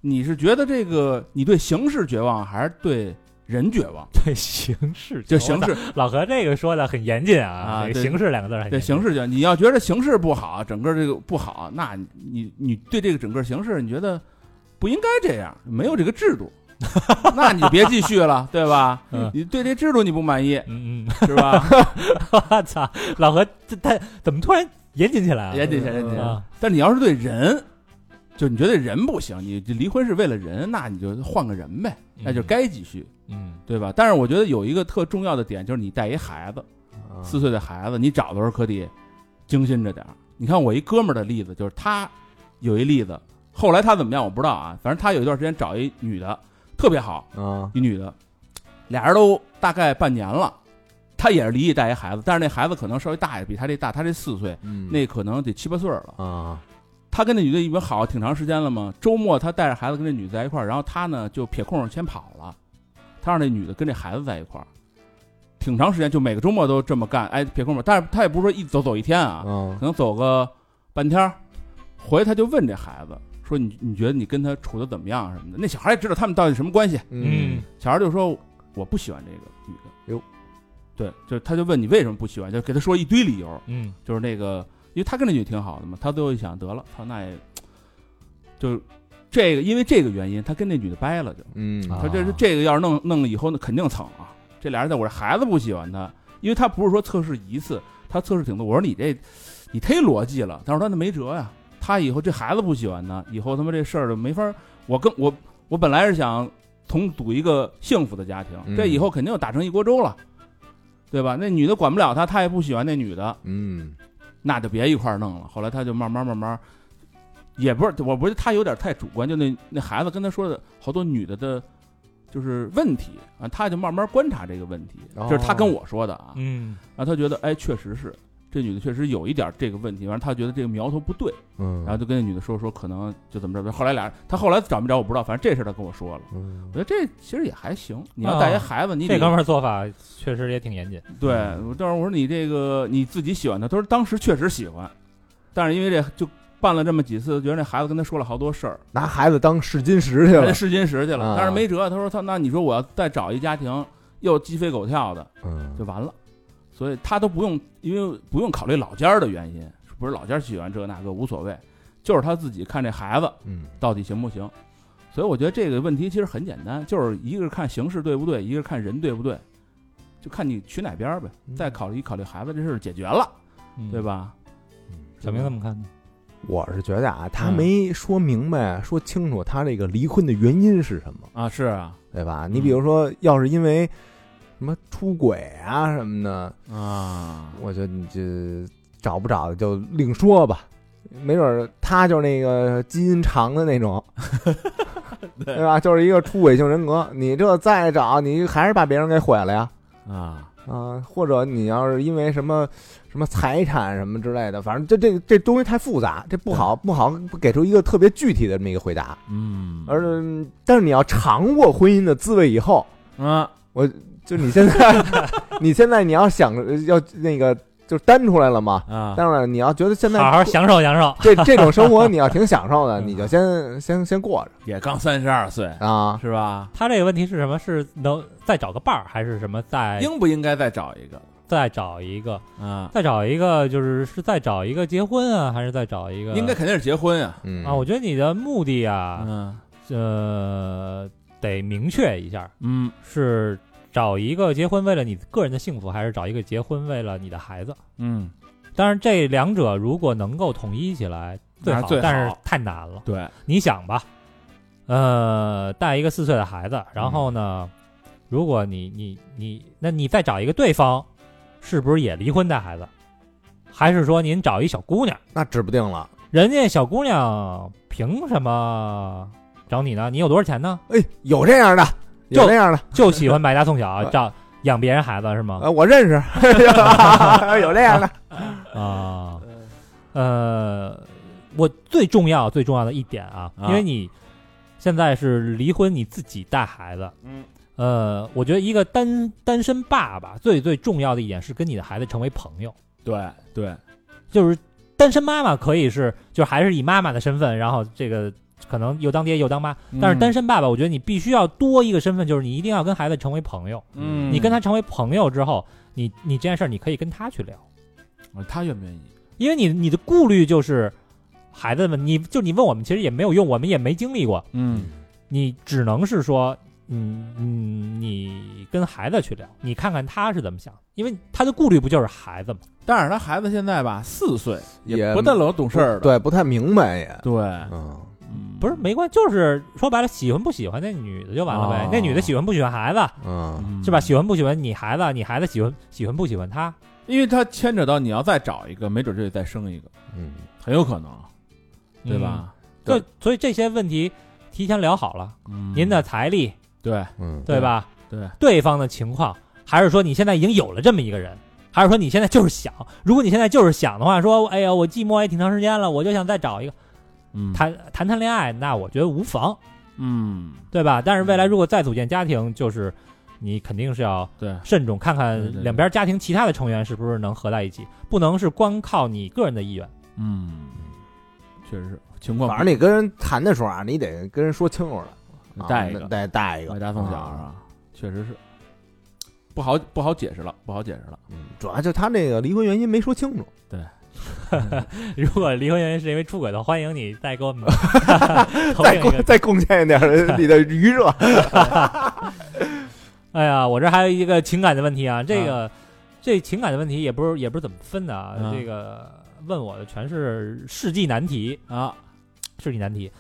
你是觉得这个你对形势绝望，还是对人绝望？对，形式就形势，老何这个说的很严谨啊啊，这个对形式两个字儿很对严谨形势讲，你要觉得形势不好，整个这个不好，那你你你对这个整个形势，你觉得不应该这样，没有这个制度， 那你别继续了，对吧？嗯你对这制度你不满意嗯嗯， 是吧？我操，老何这他怎么突然严谨起来了？严谨些，严谨些。啊，但你要是对人，就你觉得人不行，你离婚是为了人，那你就换个人呗，那就该继续，嗯。对吧？但是我觉得有一个特重要的点，就是你带一孩子，嗯四岁的孩子，你找的时候可得精心着点儿。你看我一哥们儿的例子，就是他有一例子，后来他怎么样我不知道啊，反正他有一段时间找一女的特别好，啊，一女的，俩人都大概半年了，他也是离异带一孩子，但是那孩子可能稍微大一点，比他这大，他这四岁，嗯那可能得七八岁了。啊，他跟那女的已经好挺长时间了嘛，周末他带着孩子跟这女的在一块儿，然后他呢就撇空先跑了，他让那女的跟这孩子在一块儿，挺长时间，就每个周末都这么干，哎，撇空跑，但是他也不是说一走走一天啊，嗯可能走个半天儿，回来他就问这孩子说你你觉得你跟他处的怎么样什么的，那小孩也知道他们到底什么关系，嗯，小孩就说我不喜欢这个女的，哟，对，就是他就问你为什么不喜欢，就给他说一堆理由，嗯就是那个，因为他跟那女挺好的嘛，他最后一想，得了，操，那也就是这个，因为这个原因，他跟那女的掰了就，嗯啊他这是这个要是弄弄了以后，那肯定蹭啊。这俩人在我这孩子不喜欢他，因为他不是说测试一次，他测试挺多。我说你这你忒逻辑了，他说他那没辙呀，他以后这孩子不喜欢他，以后他妈这事儿就没法儿。我跟我我本来是想重组一个幸福的家庭，这嗯以后肯定打成一锅粥了，对吧？那女的管不了他，他也不喜欢那女的，嗯那就别一块儿弄了。后来他就慢慢慢慢，也不是我不是他有点太主观，就那那孩子跟他说的好多女的的，就是问题啊，他就慢慢观察这个问题，哦这是他跟我说的啊。嗯然后他觉得，哎，确实是这女的确实有一点这个问题，反正他觉得这个苗头不对，嗯，然后就跟那女的说说可能就怎么着。后来俩他后来找没着我不知道，反正这事儿他跟我说了。嗯我觉得这其实也还行，你要带一孩子，你哦这得哥们儿做法确实也挺严谨。对，我但是我说你这个你自己喜欢他，他说当时确实喜欢，但是因为这就办了这么几次，觉得那孩子跟他说了好多事儿，拿孩子当试金石去他了，试金石去了啊，但是没辙。他说他那你说我要再找一家庭，又鸡飞狗跳的嗯就完了，所以他都不用，因为不用考虑老家儿的原因，不是老家儿喜欢这那个无所谓，就是他自己看这孩子嗯到底行不行。所以我觉得这个问题其实很简单，就是一个是看形势对不对，一个是看人对不对，就看你取哪边儿呗。嗯再考虑一考虑孩子这事儿解决了，嗯对？吧？小明怎么看呢？我是觉得啊，他嗯没说明白、说清楚他这个离婚的原因是什么，啊，是啊，对吧？你比如嗯说，要是因为什么出轨啊什么的，啊，我觉得你这找不找就另说吧，没准儿他就是那个基因长的 那种，对吧？就是一个出轨性人格，你这再找，你还是把别人给毁了呀。啊，啊，或者你要是因为什么什么财产什么之类的，反正这这这东西太复杂，这不好不好给出一个特别具体的这么一个回答。嗯而但是你要尝过婚姻的滋味以后，啊，就你现在 你现在你要想要那个就是单出来了嘛，啊，当然你要觉得现在好嗯好享受享受。这这种生 活你要挺享受的，你就先先先过也刚三十二岁，着啊。是吧？他这个问题是什么？是能再找个伴儿，还是什么？再应不应该再找一个？再找一个，啊，再找一个，就是是再找一个结婚啊，还是再找一个？应该肯定是结婚啊，嗯啊，我觉得你的目的啊，嗯呃，得明确一下，嗯是找一个结婚为了你个人的幸福，还是找一个结婚为了你的孩子？嗯，当然，这两者如果能够统一起来最那好，最好但是太难了。对，你想吧，呃，带一个四岁的孩子，然后呢，如果你你你，那你再找一个对方，是不是也离婚带孩子？还是说您找一小姑娘？那指不定了。人家小姑娘凭什么找你呢？你有多少钱呢？哎，有这样的，有就这样的，就喜欢买大送 小，照养别人孩子是吗？呃，我 认识， 有这样的。啊，嗯呃，我最重要最重要的一点啊，啊因为你现在是离婚，你自己带孩子，嗯，呃，我觉得一个单单身爸爸最最重要的一点是跟你的孩子成为朋友，对对，就是单身妈妈可以是就是还是以妈妈的身份，然后这个。可能又当爹又当妈，嗯嗯但是单身爸爸，我觉得你必须要多一个身份，就是你一定要跟孩子成为朋友。嗯，你跟他成为朋友之后，你你这件事儿你可以跟他去聊，他愿不愿意？因为你你的顾虑就是孩子们，你就你问我们其实也没有用，我们也没经历过，嗯你只能是说，嗯嗯，你跟孩子去聊，你看看他是怎么想，因为他的顾虑不就是孩子吗？但是他孩子现在吧，四岁，也不太老懂事儿了。对，不太明白也。对，嗯，嗯不是没关系，就是说白了，喜欢不喜欢那女的就完了呗，哦那女的喜欢不喜欢孩子嗯，是吧？？喜欢不喜欢你孩子，你孩子喜欢喜欢不喜欢他，因为他牵扯到你要再找一个，没准就得再生一个，嗯，很有可能，对嗯吧？所以对所以这些问题提前聊好了，嗯您的财力对嗯，对吧？对对方的情况，还是说你现在已经有了这么一个人，还是说你现在就是想？如果你现在就是想的话，说哎呀，我寂寞也挺长时间了，我就想再找一个嗯谈谈谈恋爱，那我觉得无妨，嗯，对吧？但是未来如果再组建家庭，就是你肯定是要对慎重，看对对看对两边家庭其他的成员是不是能合在一起，不能是光靠你个人的意愿。 嗯，确实是情况不。反正你跟人谈的时候啊，你得跟人说清楚了，啊带一个带带一个外大送小啊啊，确实是不好不好解释了，不好解释了。嗯主要就他那个离婚原因没说清楚，如果离婚原因是因为出轨的，欢迎你再给我 们投再另一贡个。再贡献一点儿你的余 热。哎呀，我这还有一个情感的问题啊，这个、这情感的问题也不是也不是怎么分的啊，嗯这个问我的全是世纪难题啊，世纪难题，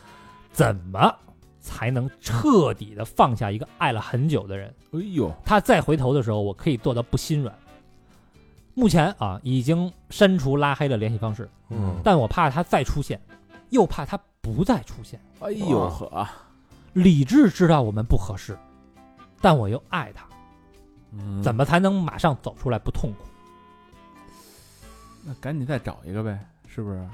怎么才能彻底的放下一个爱了很久的人？哎呦，他再回头的时候，我可以做到不心软。目前啊，已经删除拉黑的联系方式，嗯，但我怕他再出现，又怕他不再出现。哎哇呦呵，理智知道我们不合适，但我又爱他。嗯怎么才能马上走出来不痛苦？那赶紧再找一个呗，是不是？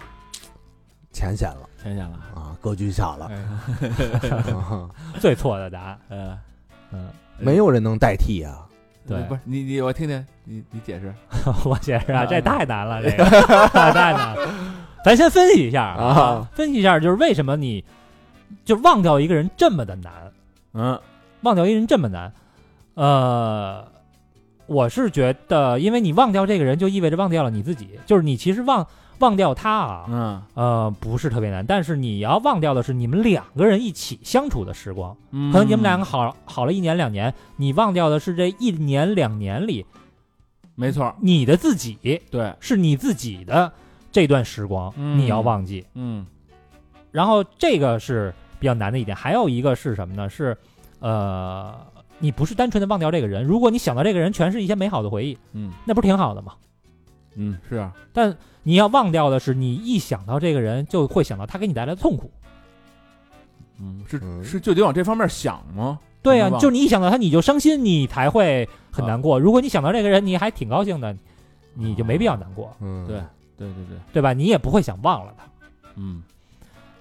浅显了浅显了，啊，格局小了，哎啊 最错的答案， 呃，嗯，没有人能代替啊。对不是你你我听听你你解释， 我解释啊，这太难了，这个太难了。咱先分析一下啊，分析一下就是为什么你就忘掉一个人这么的难，嗯忘掉一个人这么难。呃，我是觉得，因为你忘掉这个人，就意味着忘掉了你自己，就是你其实忘忘掉他啊，嗯呃，不是特别难，但是你要忘掉的是你们两个人一起相处的时光。嗯，可能你们两个好好了一年两年，你忘掉的是这一年两年里没错，你的自己，对，是你自己的这段时光，嗯你要忘记。嗯然后这个是比较难的一点，还有一个是什么呢？是，呃，你不是单纯的忘掉这个人，如果你想到这个人全是一些美好的回忆，嗯那不是挺好的吗？嗯，是啊，但你要忘掉的是，你一想到这个人，就会想到他给你带来的痛苦。嗯，是嗯是就得往这方面想吗？对呀、忘了啊就你一想到他，你就伤心，你才会很难过。如果你想到这个人，你还挺高兴的，你就没必要难过。嗯，对啊对对对，对吧？你也不会想忘了他。嗯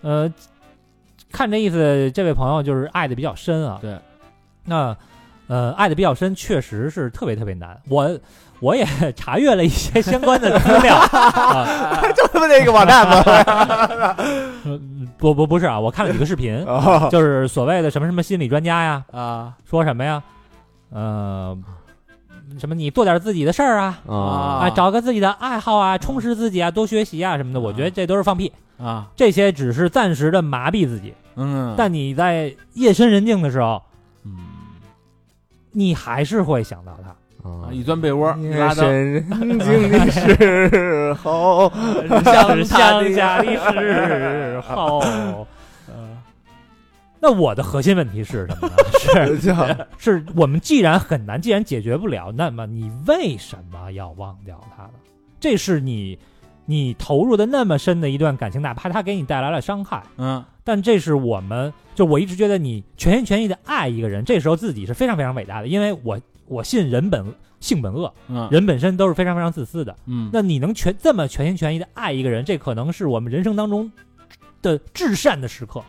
呃，看这意思，这位朋友就是爱的比较深啊。对，那呃，爱的比较深，确实是特别特别难。我我也 查阅了一些相关的资料 啊，就他妈 那个网站吧。呃不不不是啊，我看了几个视频，啊就是所谓的什么什么心理专家呀，啊说什么呀，呃，什么你做点自己的事儿啊。啊啊，找个自己的爱好啊，充实自己啊，多学习啊什么的，我觉得这都是放屁，啊，这些只是暂时的麻痹自己。啊嗯，但你在夜深人静的时候，嗯你还是会想到他。啊，一钻被窝，一夜拉到深人静的 时 候， 想乡下 的时候，呃那我的核心问题是什么呢？ 是就是我们既然很难，既然解决不了，那么你为什么要忘掉他呢？这是你你投入的那么深的一段感情，哪怕他给你带来了伤害，嗯但这是我们就我一直觉得你全心全意的爱一个人，这时候自己是非常非常伟大的，因为我我信人本性本恶，嗯人本身都是非常非常自私的。嗯，那你能全这么全心全意的爱一个人，这可能是我们人生当中的至善的时刻，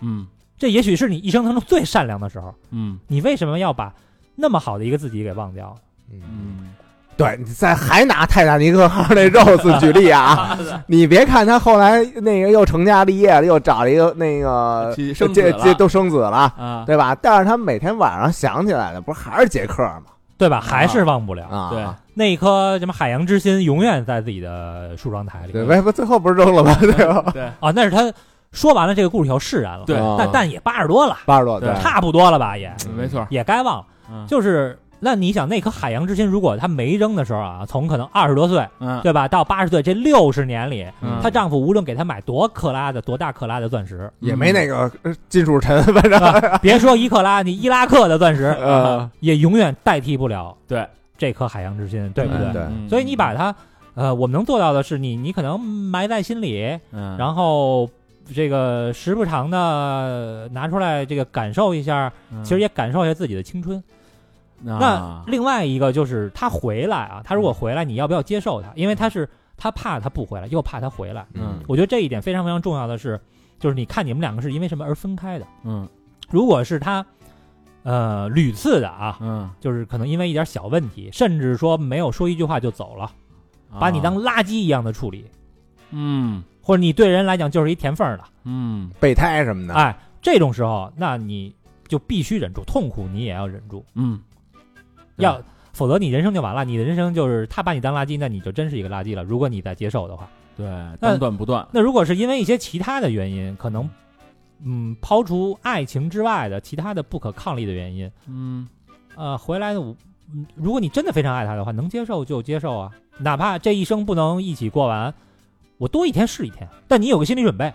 嗯这也许是你一生当中最善良的时候。嗯你为什么要把那么好的一个自己给忘掉？ 嗯，嗯对，你再还拿泰坦尼克号那 Rose 举例啊，你别看他后来那个又成家立业了，又找了一个那个其实呃这生子了这都生子了，啊，对吧？但是他每天晚上想起来的不是还是杰克吗？对吧？还是忘不了、啊，对，那一颗什么海洋之心，永远在自己的梳妆台里。对，不最后不是扔了吗？对吧？啊对啊，那是他说完了这个故事以后释然了。对但但也八十多了，八十多，对，嗯差不多了吧？也没错，也该忘了。嗯就是那你想，那颗海洋之心，如果他没扔的时候啊，从可能二十多岁嗯对吧，到八十岁这六十年里，嗯她丈夫无论给她买多克拉的、多大克拉的 钻石，也没那个呃金属沉， 反正别说一克拉，你伊拉克的钻石呃， 也永远代替不嗯了对这颗海洋之心，对不嗯对？对嗯所以你把它，呃，我们能做到的是你，你可能埋在心里，嗯，然后。这个时不常的拿出来，这个感受一下，嗯其实也感受一下自己的青春。那啊另外一个就是他回来啊，他如果回来，你要不要接受他？因为他是他怕他不回来，又怕他回来。嗯我觉得这一点非常非常重要的是，就是你看你们两个是因为什么而分开的。嗯如果是他，呃，屡次的啊，嗯，就是可能因为一点小问题，甚至说没有说一句话就走了，把你当啊垃圾一样的处理，嗯或者你对人来讲就是一填缝儿的，嗯备胎什么的，哎，这种时候，那你就必须忍住，痛苦你也要忍住，嗯，对要。否则你人生就完了，你的人生就是他把你当垃圾，那你就真是一个垃圾了。如果你再接受的话，对，当断不断，那如果是因为一些其他的原因，可能，嗯，抛除爱情之外的其他的不可抗力的原因，嗯呃，回来的我，嗯如果你真的非常爱他的话，能接受就接受啊，哪怕这一生不能一起过完，我多一天是一天，但你有个心理准备，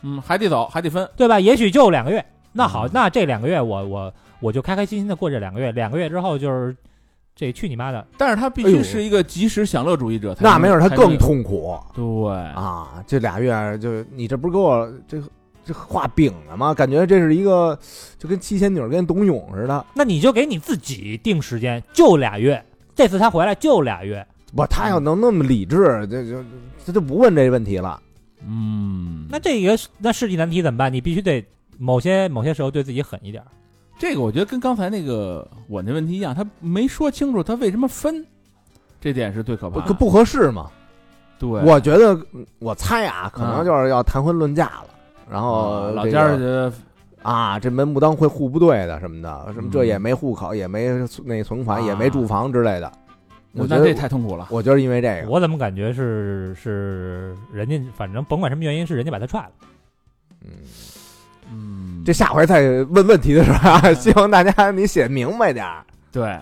嗯，还得走，还得分，对吧？也许就两个月，那好嗯，那这两个月我我我就开开心心的过这两个月，两个月之后就是这去你妈的，但是他必哎呦须是一个及时享乐主义者才能，那没准他才更能痛苦对，啊！这俩月就你这不是给我这这画饼呢吗？感觉这是一个就跟七仙女跟董永似的，那你就给你自己定时间，就俩月，这次他回来就俩月，不，他要能那么理智，这就这就不问这问题了。嗯，那这个那世纪难题怎么办？你必须得某些某些时候对自己狠一点儿。这个我觉得跟刚才那个我那问题一样，他没说清楚他为什么分，这点是最可怕不的。不合适嘛？嗯对，我觉得，嗯我猜啊，可能就是要谈婚论嫁了。然后啊老呃这家个儿觉得啊，这门不当会户不对的什么的，什么这嗯也没户口，也没那存款，也没啊住房之类的。我觉那得这太痛苦了。我就是因为这个，我怎么感觉是是人家，反正甭管什么原因，是人家把他踹了。嗯，嗯，这下回再问问题的时候啊， 希望大家你写明白点儿。对，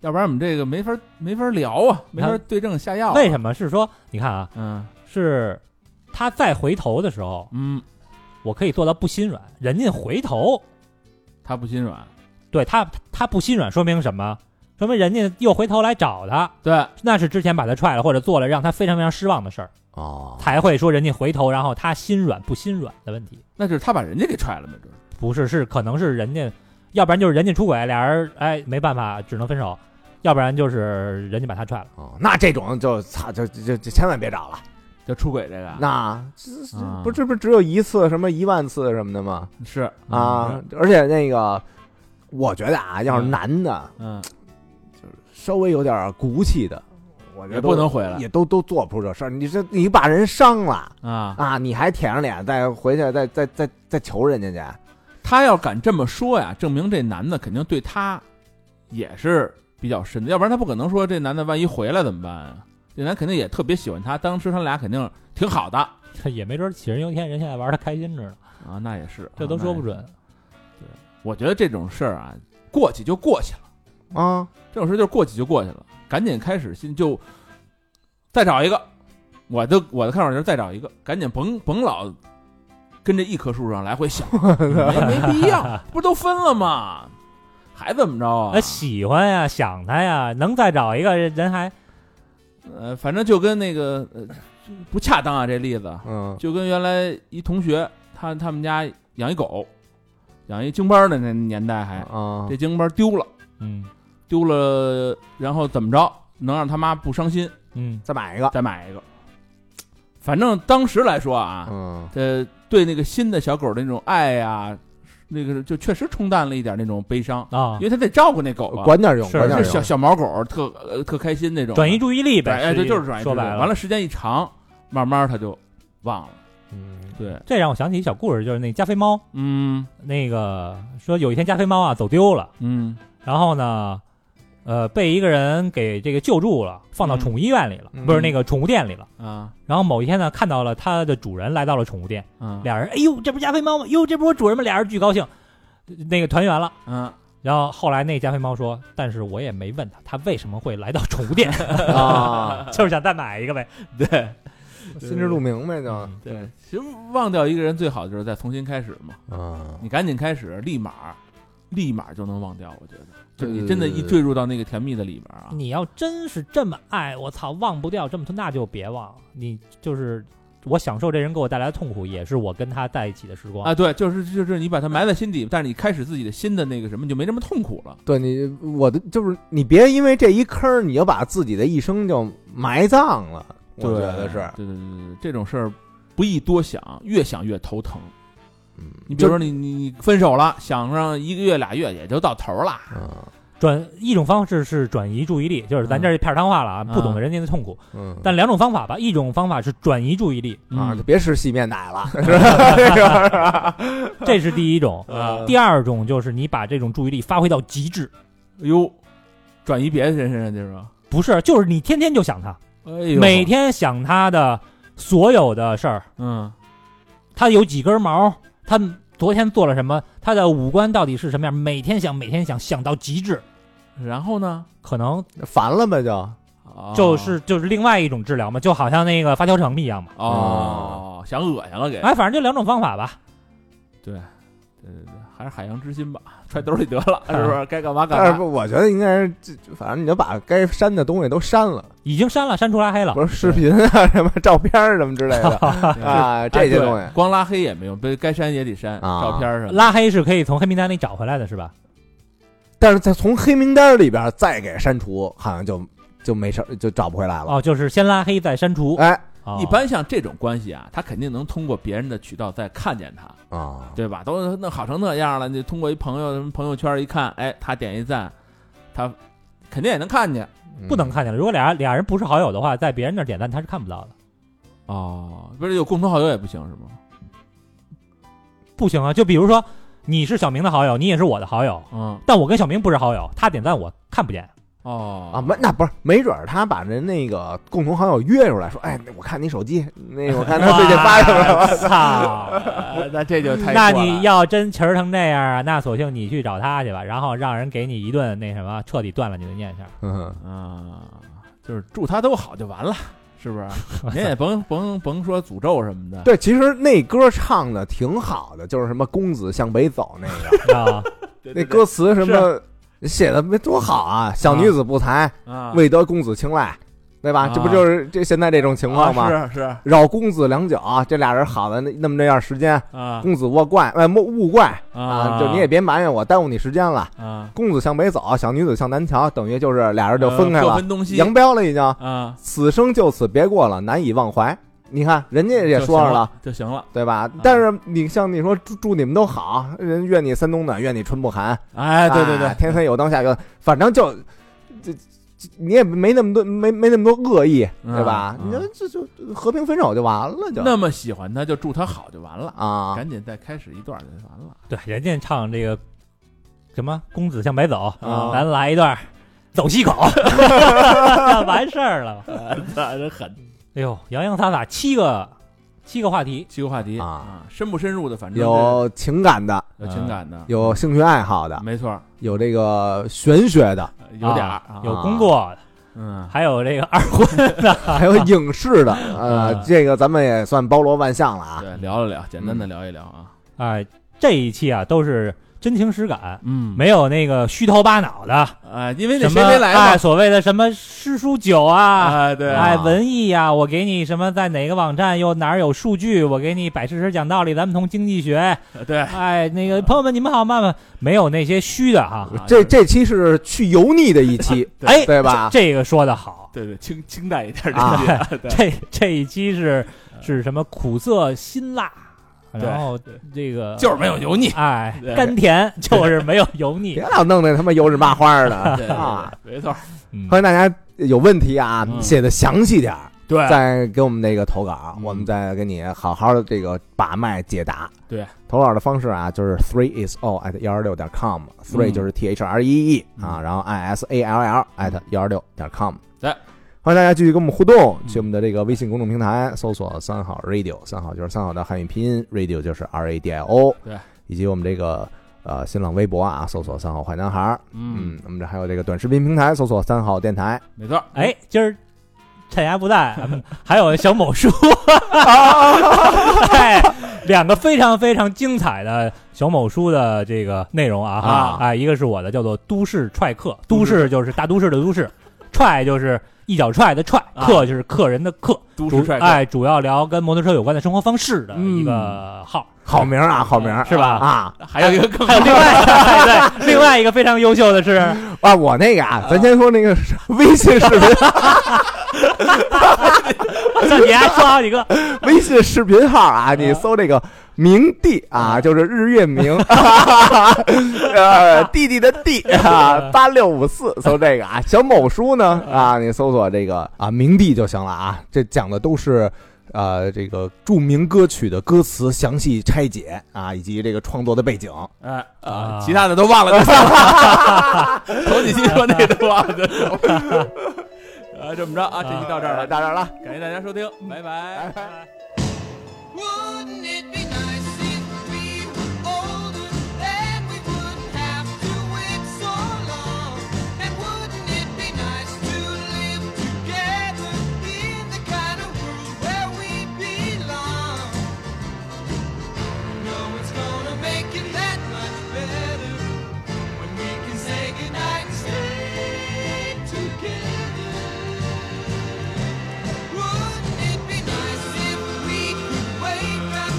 要不然我们这个没法没法聊啊，没法那对症下药啊。为什么？是说你看啊，嗯是他再回头的时候，嗯，我可以做到不心软。人家回头，他不心软。对他他不心软，说明什么？说明人家又回头来找他，对，那是之前把他踹了或者做了让他非常非常失望的事儿，哦，才会说人家回头，然后他心软不心软的问题。那就是他把人家给踹了，没准儿。不是，是可能是人家，要不然就是人家出轨，俩人哎没办法，只能分手；要不然就是人家把他踹了。 哦，那这种就操，就就就千万别找了。就出轨这个啊，那啊不是不是只有一次什么一万次什么的吗？是嗯啊，，而且那个，我觉得啊，要是嗯男的嗯，稍微有点骨气的，我觉得也都不能回来也都都做不出这事儿。你这你把人伤了啊。啊，你还舔着脸再回去再再再再求人家去，他要敢这么说呀，证明这男的肯定对他也是比较深的，要不然他不可能说这男的万一回来怎么办啊？这男肯定也特别喜欢他，当时他俩肯定挺好的啊，这也没准杞人忧天，人现在玩的开心着呢，那也是，这都说不啊。准。那也是我觉得这种事儿啊，过去就过去了，啊，这种事儿就是过去就过去了，赶紧开始新就再找一个。我的我的看法就是再找一个，赶紧甭 甭老跟这一棵树上来回想，没没必要，不是都分了吗？还怎么着啊？那哎喜欢呀，想他呀，能再找一个人还呃，反正就跟那个呃不恰当啊，这例子嗯就跟原来一同学，他他们家养一狗，养一京巴儿的那年代还，啊这，京巴儿丢了，嗯丢了，然后怎么着能让他妈不伤心，嗯再买一个，再买一个。反正当时来说啊，嗯呃，对那个新的小狗的那种爱呀、那个就确实冲淡了一点那种悲伤，啊因，为他得照顾那狗啊，管点用，是管点是用小，小毛狗，特呃特开心那种。转移注意力呗。哎，实对，际就是转移说注意白力完了，时间一长，慢慢他就忘了。嗯对，这让我想起一小故事，就是那加菲猫，嗯那个说有一天加菲猫啊走丢了，嗯然后呢，呃，被一个人给这个救助了，放到嗯宠物医院里了，嗯不是那个宠物店里了。啊然后某一天呢，看到了它的主人来到了宠物店，嗯俩人哎呦，这不是加菲猫吗？哟，这不是我主人吗？俩人巨高兴，那个团圆了。嗯，然后后来那加菲猫说：“但是我也没问他，他为什么会来到宠物店，啊， 就是想再买一个呗。对心知肚明呗就，嗯对，其实忘掉一个人最好就是再重新开始嘛，啊，你赶紧开始，立马立马就能忘掉，我觉得，就是你对真的，对对一对坠入到那个甜蜜的里边啊，你要真是这么爱，我操，忘不掉这么多，那就别忘。你就是我享受这人给我带来的痛苦，也是我跟他在一起的时光。啊，对，就是就是你把它埋在心底，但是你开始自己的新的那个什么，你就没那么痛苦了。对你，我的就是你别因为这一坑儿，你就把自己的一生就埋葬了。我觉得是，对对对对对，这种事儿不宜多想，越想越头疼。嗯，你比如说你你你分手了，想上一个月俩月也就到头了，就，嗯转一种方式是转移注意力，就是咱嗯这片儿汤话了啊，嗯不懂得人家的痛苦。嗯，但两种方法吧，一种方法是转移注意力，啊，嗯就别吃细面奶 了，是吧？这个是吧 这是第一种。嗯第二种就是你把这种注意力发挥到极致，哟，转移别人身上去是吧？不是，就是你天天就想他，哎呦，每天想他的所有的事儿，嗯他有几根毛，他昨天做了什么，他的五官到底是什么样，每天想，每天想，想到极致，，然后呢？可能烦了呗，就哦就是、就是另外一种治疗嘛，就好像那个发条橙一样嘛。嗯哦，想恶心了给。哎，反正就两种方法吧。对对对，还是海洋之心吧， 揣兜里得了，嗯是不是？该干嘛干但是嘛。 不我觉得应该是这，反正你就把该删的东西都删了，已经删了，删除拉黑了。不是视频啊、什么照片儿什么之类的 啊，哎这些哎对东西光拉黑也没用，被该删也得删，啊照片上。拉黑是可以从黑名单里找回来的，是吧？但是在从黑名单里边再给删除，好像就就没事儿就找不回来了。哦，就是先拉黑再删除。哎哦一般像这种关系啊，他肯定能通过别人的渠道再看见他，啊，对吧？都那好成那样了，你通过一朋友什么朋友圈一看，哎，他点一赞，他肯定也能看见。嗯不能看见了。如果俩俩人不是好友的话，在别人那儿点赞他是看不到的。哦，不是有共同好友也不行是吗？不行啊，就比如说你是小明的好友，你也是我的好友，嗯，但我跟小明不是好友，他点赞我看不见。哦啊，没那不是，没准儿他把人那个共同好友约出来，说，哎，我看你手机，那个我看他最近发什 么了。哇哎操！呃那这就 嗯太那过了你要真勤儿成那样啊，那索性你去找他去吧，然后让人给你一顿那什么，彻底断了你的念想。 嗯，啊，就是祝他都好就完了，是不是？您也甭甭甭说诅咒什么的，对，其实那歌唱的挺好的，就是什么“公子向北走”那 个，啊，那歌词什么写的没多好啊！小女子不才，啊，未得公子青睐，对吧？这不啊就是这现在这种情况吗？啊是是扰公子良久，这俩人好了那那么这样时间，啊公子莫怪，呃，莫勿怪啊，就你也别埋怨我耽误你时间了。啊，公子向北走，小女子向南瞧，等于就是俩人就分开呃各了，分东西扬镳了已经。啊，此生就此别过了，难以忘怀。你看人家也说上了，嗯就行了对吧？但是你像你说祝祝你们都好，人愿你三冬暖，愿你春不寒。就行了。哎，对对对，啊天黑有灯下有，反正就这这你也没那么多没没那么多恶意，嗯对吧？嗯你就这就和平分手就完了，就那么喜欢他就祝他好就完了，啊，赶紧再开始一段就完了。对，人家唱这个什么“公子向北走”，啊咱来一段儿走 西口，完事儿了。那人狠，哎呦，洋洋洒洒七个七个话题，七个话题啊，深不深入的，反正有情感的，这有情感的，有兴趣爱好的，没错儿，有这个玄 学的，有点儿啊啊，有工作的，嗯还有这个二婚的，还有影视的，呃，嗯啊这个咱们也算包罗万象了啊。嗯对，聊了聊，简单的聊一聊啊，哎，这一期啊都是真情实感，嗯没没有那个虚头巴脑的。啊，因为那什谁么没来哎，嘛，所谓的什么诗书酒啊，啊，对，哎，文艺呀、我给你什么在哪个网站又哪儿有数据，我给你摆事实讲道理，咱们从经济学，对，哎，那个朋友们你们好，慢慢没有那些虚的哈，啊这这期是去油腻的 一期，对哎，对吧这？这个说的好，对对，清清淡一点啊的这个，这这一期是嗯是什么苦涩辛辣，对然后对这个 就是没有油腻。哎对甘甜，就是没有油腻别，老弄那他妈油纸麻花的 对啊！，对对没错，嗯欢迎大家有问题啊，嗯写的详细点儿，对再给我们那个投稿，嗯我们再给你好好的这个把脉解答。对，投稿的方式啊，就是 three is all at 幺二六点嗯 com，three 就是 t h r e e 嗯啊，然后 i s a l l at 幺二六点 com。对，欢迎大家继续跟我们互动，哎嗯去我们的这个微信公众平台搜索“三好 radio”，三好就是三好的汉语拼音，radio 就是 r a d i o。对，以及我们这个呃新浪微博啊，搜索“三好坏男孩”。儿”。嗯嗯，，我们这还有这个短视频平台，搜索“三好电台没错，哎，今儿趁牙不在，嗯还有小某书， 哎，两个非常非常精彩的小某书的这个内容啊啊哎，一个是我的叫做《都市踹客》，都市就是大都市的都市，踹就是一脚踹的踹，啊客就是客人的客，都主市帅哥，哎，主要聊跟摩托车有关的生活方式的一个号，”，好名儿啊，好名儿是吧？啊哎还有一个更还有另外 对，另外一个非常优秀的是，啊！我那个啊，咱先说那个微信视 频，我操，你还说好几个，微信视频号啊，你搜这个“明帝”啊，就是日月 明，呃，弟弟的弟啊，八六五四，搜这个啊。小某书呢啊，你搜索这个啊“明帝”就行了啊。这讲的都是。呃，这个著名歌曲的歌词详细拆解啊，以及这个创作的背景，哎啊啊，其他的都忘了就算了， 头几期说那都忘了就行 了。啊，这么着啊，这期到这儿了， 到这儿了。感谢大家收听，拜拜。 Wouldn't it be nice if we were older? Then we wouldn't have to wait so long. And wouldn't it be nice to live together in the kind of world where we belong? No one's gonna make it that much better when we can say goodnight and stay together. Wouldn't it be nice if we could wake up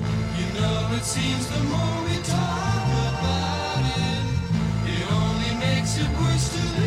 Well, it seems the more we talk about it, it only makes it worse to live.